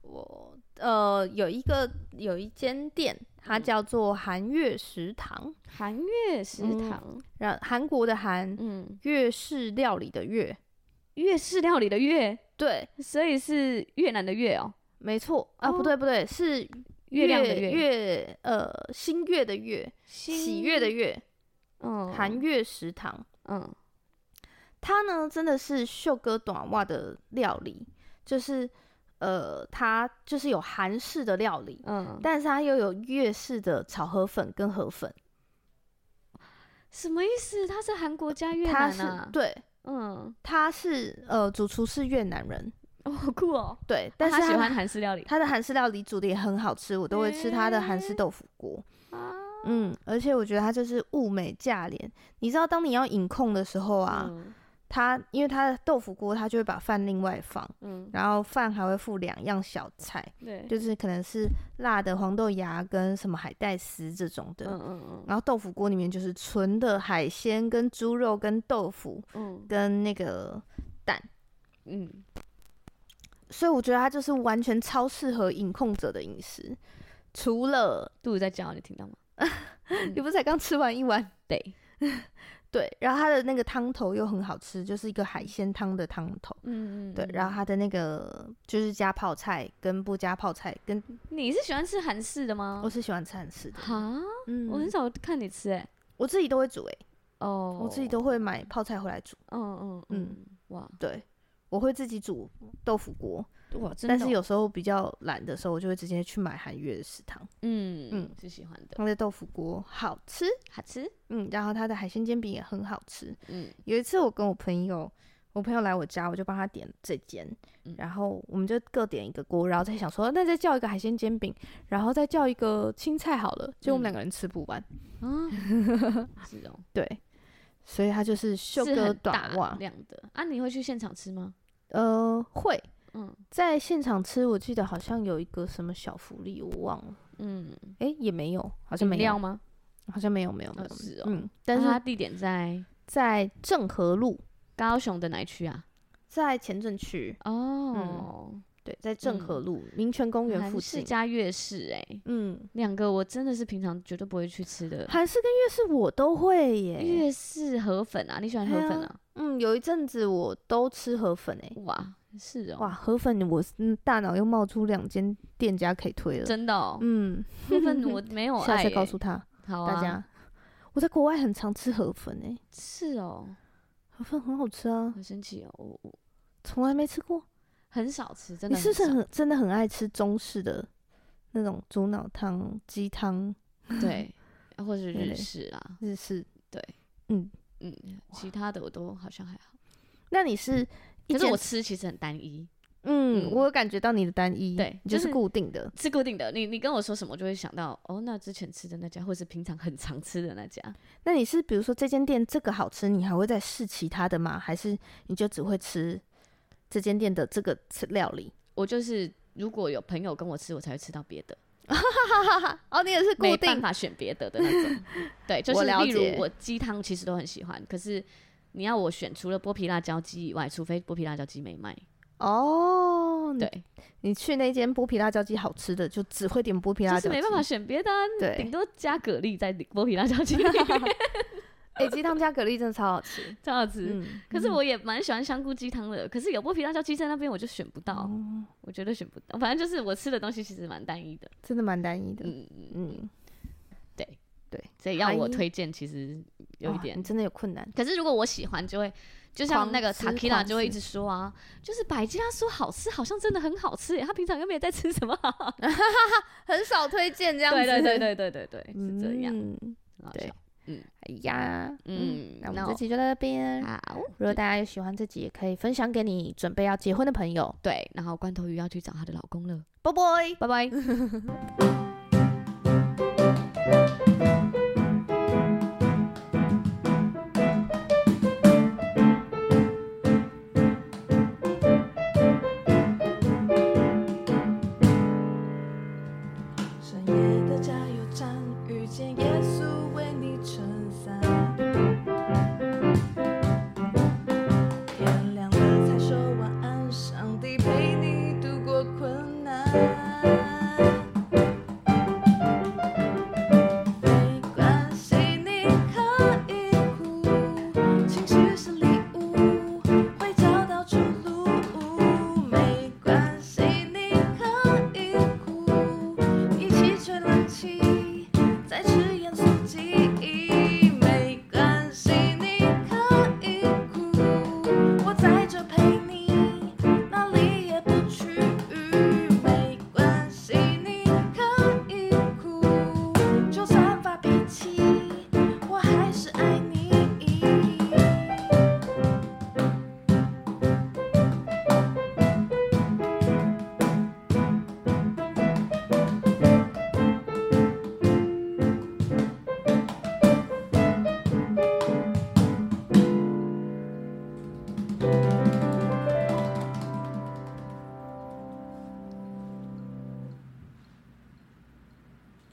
[SPEAKER 2] 我呃有一个有一间店，它
[SPEAKER 1] 嗯
[SPEAKER 2] 叫做韩月食堂，
[SPEAKER 1] 韩月食
[SPEAKER 2] 嗯
[SPEAKER 1] 堂，
[SPEAKER 2] 然韩国的韩，
[SPEAKER 1] 嗯，
[SPEAKER 2] 粤式料理的粤，
[SPEAKER 1] 粤式料理的粤，
[SPEAKER 2] 对，
[SPEAKER 1] 所以是越南的越哦、
[SPEAKER 2] 没错啊，不
[SPEAKER 1] 哦
[SPEAKER 2] 对不对，是
[SPEAKER 1] 月亮的
[SPEAKER 2] 月，月呃新月的月，喜悦的
[SPEAKER 1] 月，
[SPEAKER 2] 月，
[SPEAKER 1] 嗯，
[SPEAKER 2] 韩，月食堂。
[SPEAKER 1] 嗯，
[SPEAKER 2] 它呢真的是秀哥短袜的料理，就是呃它就是有韩式的料理，
[SPEAKER 1] 嗯，
[SPEAKER 2] 但是它又有粤式的炒河粉跟河粉，
[SPEAKER 1] 什么意思？他是韩国加越
[SPEAKER 2] 它
[SPEAKER 1] 南
[SPEAKER 2] 是
[SPEAKER 1] 啊？
[SPEAKER 2] 对。
[SPEAKER 1] 嗯，
[SPEAKER 2] 他是呃，主厨是越南人，
[SPEAKER 1] 哦，好酷哦！
[SPEAKER 2] 对，但是
[SPEAKER 1] 他喜
[SPEAKER 2] 的
[SPEAKER 1] 欢韩式料理
[SPEAKER 2] 他的韩式料理煮的也很好吃，我都会吃他的韩式豆腐锅。
[SPEAKER 1] 啊。
[SPEAKER 2] 嗯，而且我觉得他就是物美价廉。你知道，当你要饮控的时候啊，
[SPEAKER 1] 嗯
[SPEAKER 2] 他因为他的豆腐锅，他就会把饭另外放，
[SPEAKER 1] 嗯，
[SPEAKER 2] 然后饭还会附两样小菜，
[SPEAKER 1] 对，
[SPEAKER 2] 就是可能是辣的黄豆芽跟什么海带丝这种的。
[SPEAKER 1] 嗯嗯嗯
[SPEAKER 2] 然后豆腐锅里面就是纯的海鲜、跟猪肉、跟豆腐、
[SPEAKER 1] 嗯
[SPEAKER 2] 跟那个
[SPEAKER 1] 嗯，
[SPEAKER 2] 所以我觉得它就是完全超适合饮控者的饮食，除了
[SPEAKER 1] 肚子在叫，你听到吗？
[SPEAKER 2] 你不是才刚吃完一碗？
[SPEAKER 1] 对，
[SPEAKER 2] 对，然后它的那个汤头又很好吃，就是一个海鲜汤的汤头。
[SPEAKER 1] 嗯嗯
[SPEAKER 2] 对，然后它的那个就是加泡菜跟不加泡菜，跟
[SPEAKER 1] 你是喜欢吃韩式的吗
[SPEAKER 2] 我？是喜欢吃韩式的。
[SPEAKER 1] 哈，
[SPEAKER 2] 嗯，
[SPEAKER 1] 我很少看你吃哎、
[SPEAKER 2] 我自己都会煮诶、
[SPEAKER 1] 哦，
[SPEAKER 2] 我自己都会买泡菜回来煮。
[SPEAKER 1] 嗯嗯嗯，哇
[SPEAKER 2] 对，我会自己煮豆腐锅，
[SPEAKER 1] 哇，真的哦
[SPEAKER 2] 但是有时候比较懒的时候，我就会直接去买韩月食堂，嗯
[SPEAKER 1] 嗯嗯是喜欢的，
[SPEAKER 2] 它的豆腐锅好吃，
[SPEAKER 1] 好吃，
[SPEAKER 2] 嗯，然后它的海鲜煎饼也很好吃。
[SPEAKER 1] 嗯
[SPEAKER 2] 有一次我跟我朋友，我朋友来我家，我就帮他点这间，
[SPEAKER 1] 嗯
[SPEAKER 2] 然后我们就各点一个锅，然后再想说，那再叫一个海鲜煎饼，然后再叫一个青菜好了，就我们
[SPEAKER 1] 嗯
[SPEAKER 2] 两个人吃不完，
[SPEAKER 1] 啊，是哦，
[SPEAKER 2] 对，所以它就是秀
[SPEAKER 1] 是
[SPEAKER 2] 哥
[SPEAKER 1] 很大
[SPEAKER 2] 短袜，
[SPEAKER 1] 量的啊，你会去现场吃吗？
[SPEAKER 2] 呃，会
[SPEAKER 1] 嗯
[SPEAKER 2] 在现场吃，我记得好像有一个什么小福利，我忘了，
[SPEAKER 1] 嗯，
[SPEAKER 2] 诶，也没有，好像
[SPEAKER 1] 饮
[SPEAKER 2] 没
[SPEAKER 1] 料
[SPEAKER 2] 有，
[SPEAKER 1] 吗？
[SPEAKER 2] 好像没有，没有，没有，
[SPEAKER 1] 哦是哦
[SPEAKER 2] 嗯，但是
[SPEAKER 1] 啊它地点在
[SPEAKER 2] 在正和路，
[SPEAKER 1] 高雄的哪一区啊？
[SPEAKER 2] 在前镇区，
[SPEAKER 1] 哦，
[SPEAKER 2] 对，在正和
[SPEAKER 1] 嗯
[SPEAKER 2] 路民权公园
[SPEAKER 1] 韩
[SPEAKER 2] 附
[SPEAKER 1] 式
[SPEAKER 2] 近，
[SPEAKER 1] 加粤式哎，
[SPEAKER 2] 嗯。
[SPEAKER 1] 两个我真的是平常绝对不会去 吃的。
[SPEAKER 2] 韩式跟粤式我都会耶。
[SPEAKER 1] 粤式河粉啊，你喜欢河粉啊？
[SPEAKER 2] 嗯，有一阵子我都吃河粉诶。
[SPEAKER 1] 哇，是哦，
[SPEAKER 2] 哇，河粉我嗯大脑又冒出两间店家可以推了。
[SPEAKER 1] 真的哦，
[SPEAKER 2] 嗯，
[SPEAKER 1] 河粉 我没有
[SPEAKER 2] 下
[SPEAKER 1] 爱
[SPEAKER 2] 次
[SPEAKER 1] 欸，
[SPEAKER 2] 告诉他、
[SPEAKER 1] 好啊
[SPEAKER 2] 大家，我在国外很常吃河粉诶，
[SPEAKER 1] 是哦，
[SPEAKER 2] 河粉很好吃啊，
[SPEAKER 1] 好神奇哦，我我
[SPEAKER 2] 从来没吃过。
[SPEAKER 1] 很少吃，真
[SPEAKER 2] 你
[SPEAKER 1] 的
[SPEAKER 2] 是不是
[SPEAKER 1] 很少
[SPEAKER 2] 很真的很爱吃中式的那种猪脑汤、鸡汤、
[SPEAKER 1] 对，或者是
[SPEAKER 2] 对
[SPEAKER 1] 日式啦，
[SPEAKER 2] 日式？
[SPEAKER 1] 嗯，其他的我都好像还好，
[SPEAKER 2] 那你是一
[SPEAKER 1] 可是
[SPEAKER 2] 间
[SPEAKER 1] 我吃其实很单一，
[SPEAKER 2] 嗯，
[SPEAKER 1] 嗯
[SPEAKER 2] 我有感觉到你的单一，
[SPEAKER 1] 对
[SPEAKER 2] 你就
[SPEAKER 1] 就是是
[SPEAKER 2] 固定的。
[SPEAKER 1] 是固定的。你你跟我说什么，我就会想到哦，那之前吃的那家，或是平常很常吃的那家。
[SPEAKER 2] 那你是比如说这间店这个好吃，你还会再试其他的吗？还是你就只会吃这间店的这个吃料 理？
[SPEAKER 1] 我就是如果有朋友跟我吃，我才会吃到别的，
[SPEAKER 2] 哦，你也是
[SPEAKER 1] 没办法选别的的 那种。对，就
[SPEAKER 2] 我
[SPEAKER 1] 是
[SPEAKER 2] 了
[SPEAKER 1] 例
[SPEAKER 2] 解
[SPEAKER 1] 如我鸡汤其实都很喜欢，可是你要我选除了剥皮辣椒鸡以外，除非剥皮辣椒鸡没卖。
[SPEAKER 2] 哦。你，
[SPEAKER 1] 对，
[SPEAKER 2] 你去那间剥皮辣椒鸡好吃的，就只会点剥皮辣
[SPEAKER 1] 就
[SPEAKER 2] 椒鸡，
[SPEAKER 1] 是没办法。选别的啊、
[SPEAKER 2] 对，
[SPEAKER 1] 顶多加蛤蜊在剥皮辣椒 鸡里面，
[SPEAKER 2] 哎、鸡汤加蛤蜊真的超好 吃。
[SPEAKER 1] 这样子。
[SPEAKER 2] 嗯，
[SPEAKER 1] 可是我也蛮喜欢香菇鸡汤的，可是有剥皮辣椒鸡在那边我就选不到，
[SPEAKER 2] 哦，
[SPEAKER 1] 我觉得选不到。反正就是我吃的东西其实蛮单一的，
[SPEAKER 2] 真的蛮单一的。
[SPEAKER 1] 嗯，
[SPEAKER 2] 嗯，
[SPEAKER 1] 所以要我
[SPEAKER 2] 哎
[SPEAKER 1] 推荐其实有一
[SPEAKER 2] 哇
[SPEAKER 1] 点
[SPEAKER 2] 你。真的有困难。
[SPEAKER 1] 可是如果我喜欢，就会就像那个
[SPEAKER 2] 狂
[SPEAKER 1] 塔
[SPEAKER 2] 吃
[SPEAKER 1] k i a
[SPEAKER 2] 狂
[SPEAKER 1] 就会一
[SPEAKER 2] 吃
[SPEAKER 1] 直说啊，就是百吉拉说好吃，好像真的很好吃耶。他平常又没有在吃什么，
[SPEAKER 2] 很少推荐这样
[SPEAKER 1] 对对对对对对对，是这样。
[SPEAKER 2] 嗯
[SPEAKER 1] 很好
[SPEAKER 2] 对
[SPEAKER 1] 笑，
[SPEAKER 2] 哎呀，嗯
[SPEAKER 1] 嗯，
[SPEAKER 2] 那我们
[SPEAKER 1] 那
[SPEAKER 2] 这
[SPEAKER 1] 我
[SPEAKER 2] 集就到这边。
[SPEAKER 1] 好，
[SPEAKER 2] 如果大家有喜欢这集，也可以分享给你准备要结婚的朋友。
[SPEAKER 1] 对，然后罐头鱼要去找她的老公了，
[SPEAKER 2] 拜拜。
[SPEAKER 1] 拜拜。
[SPEAKER 3] 深夜的加油站，遇见夜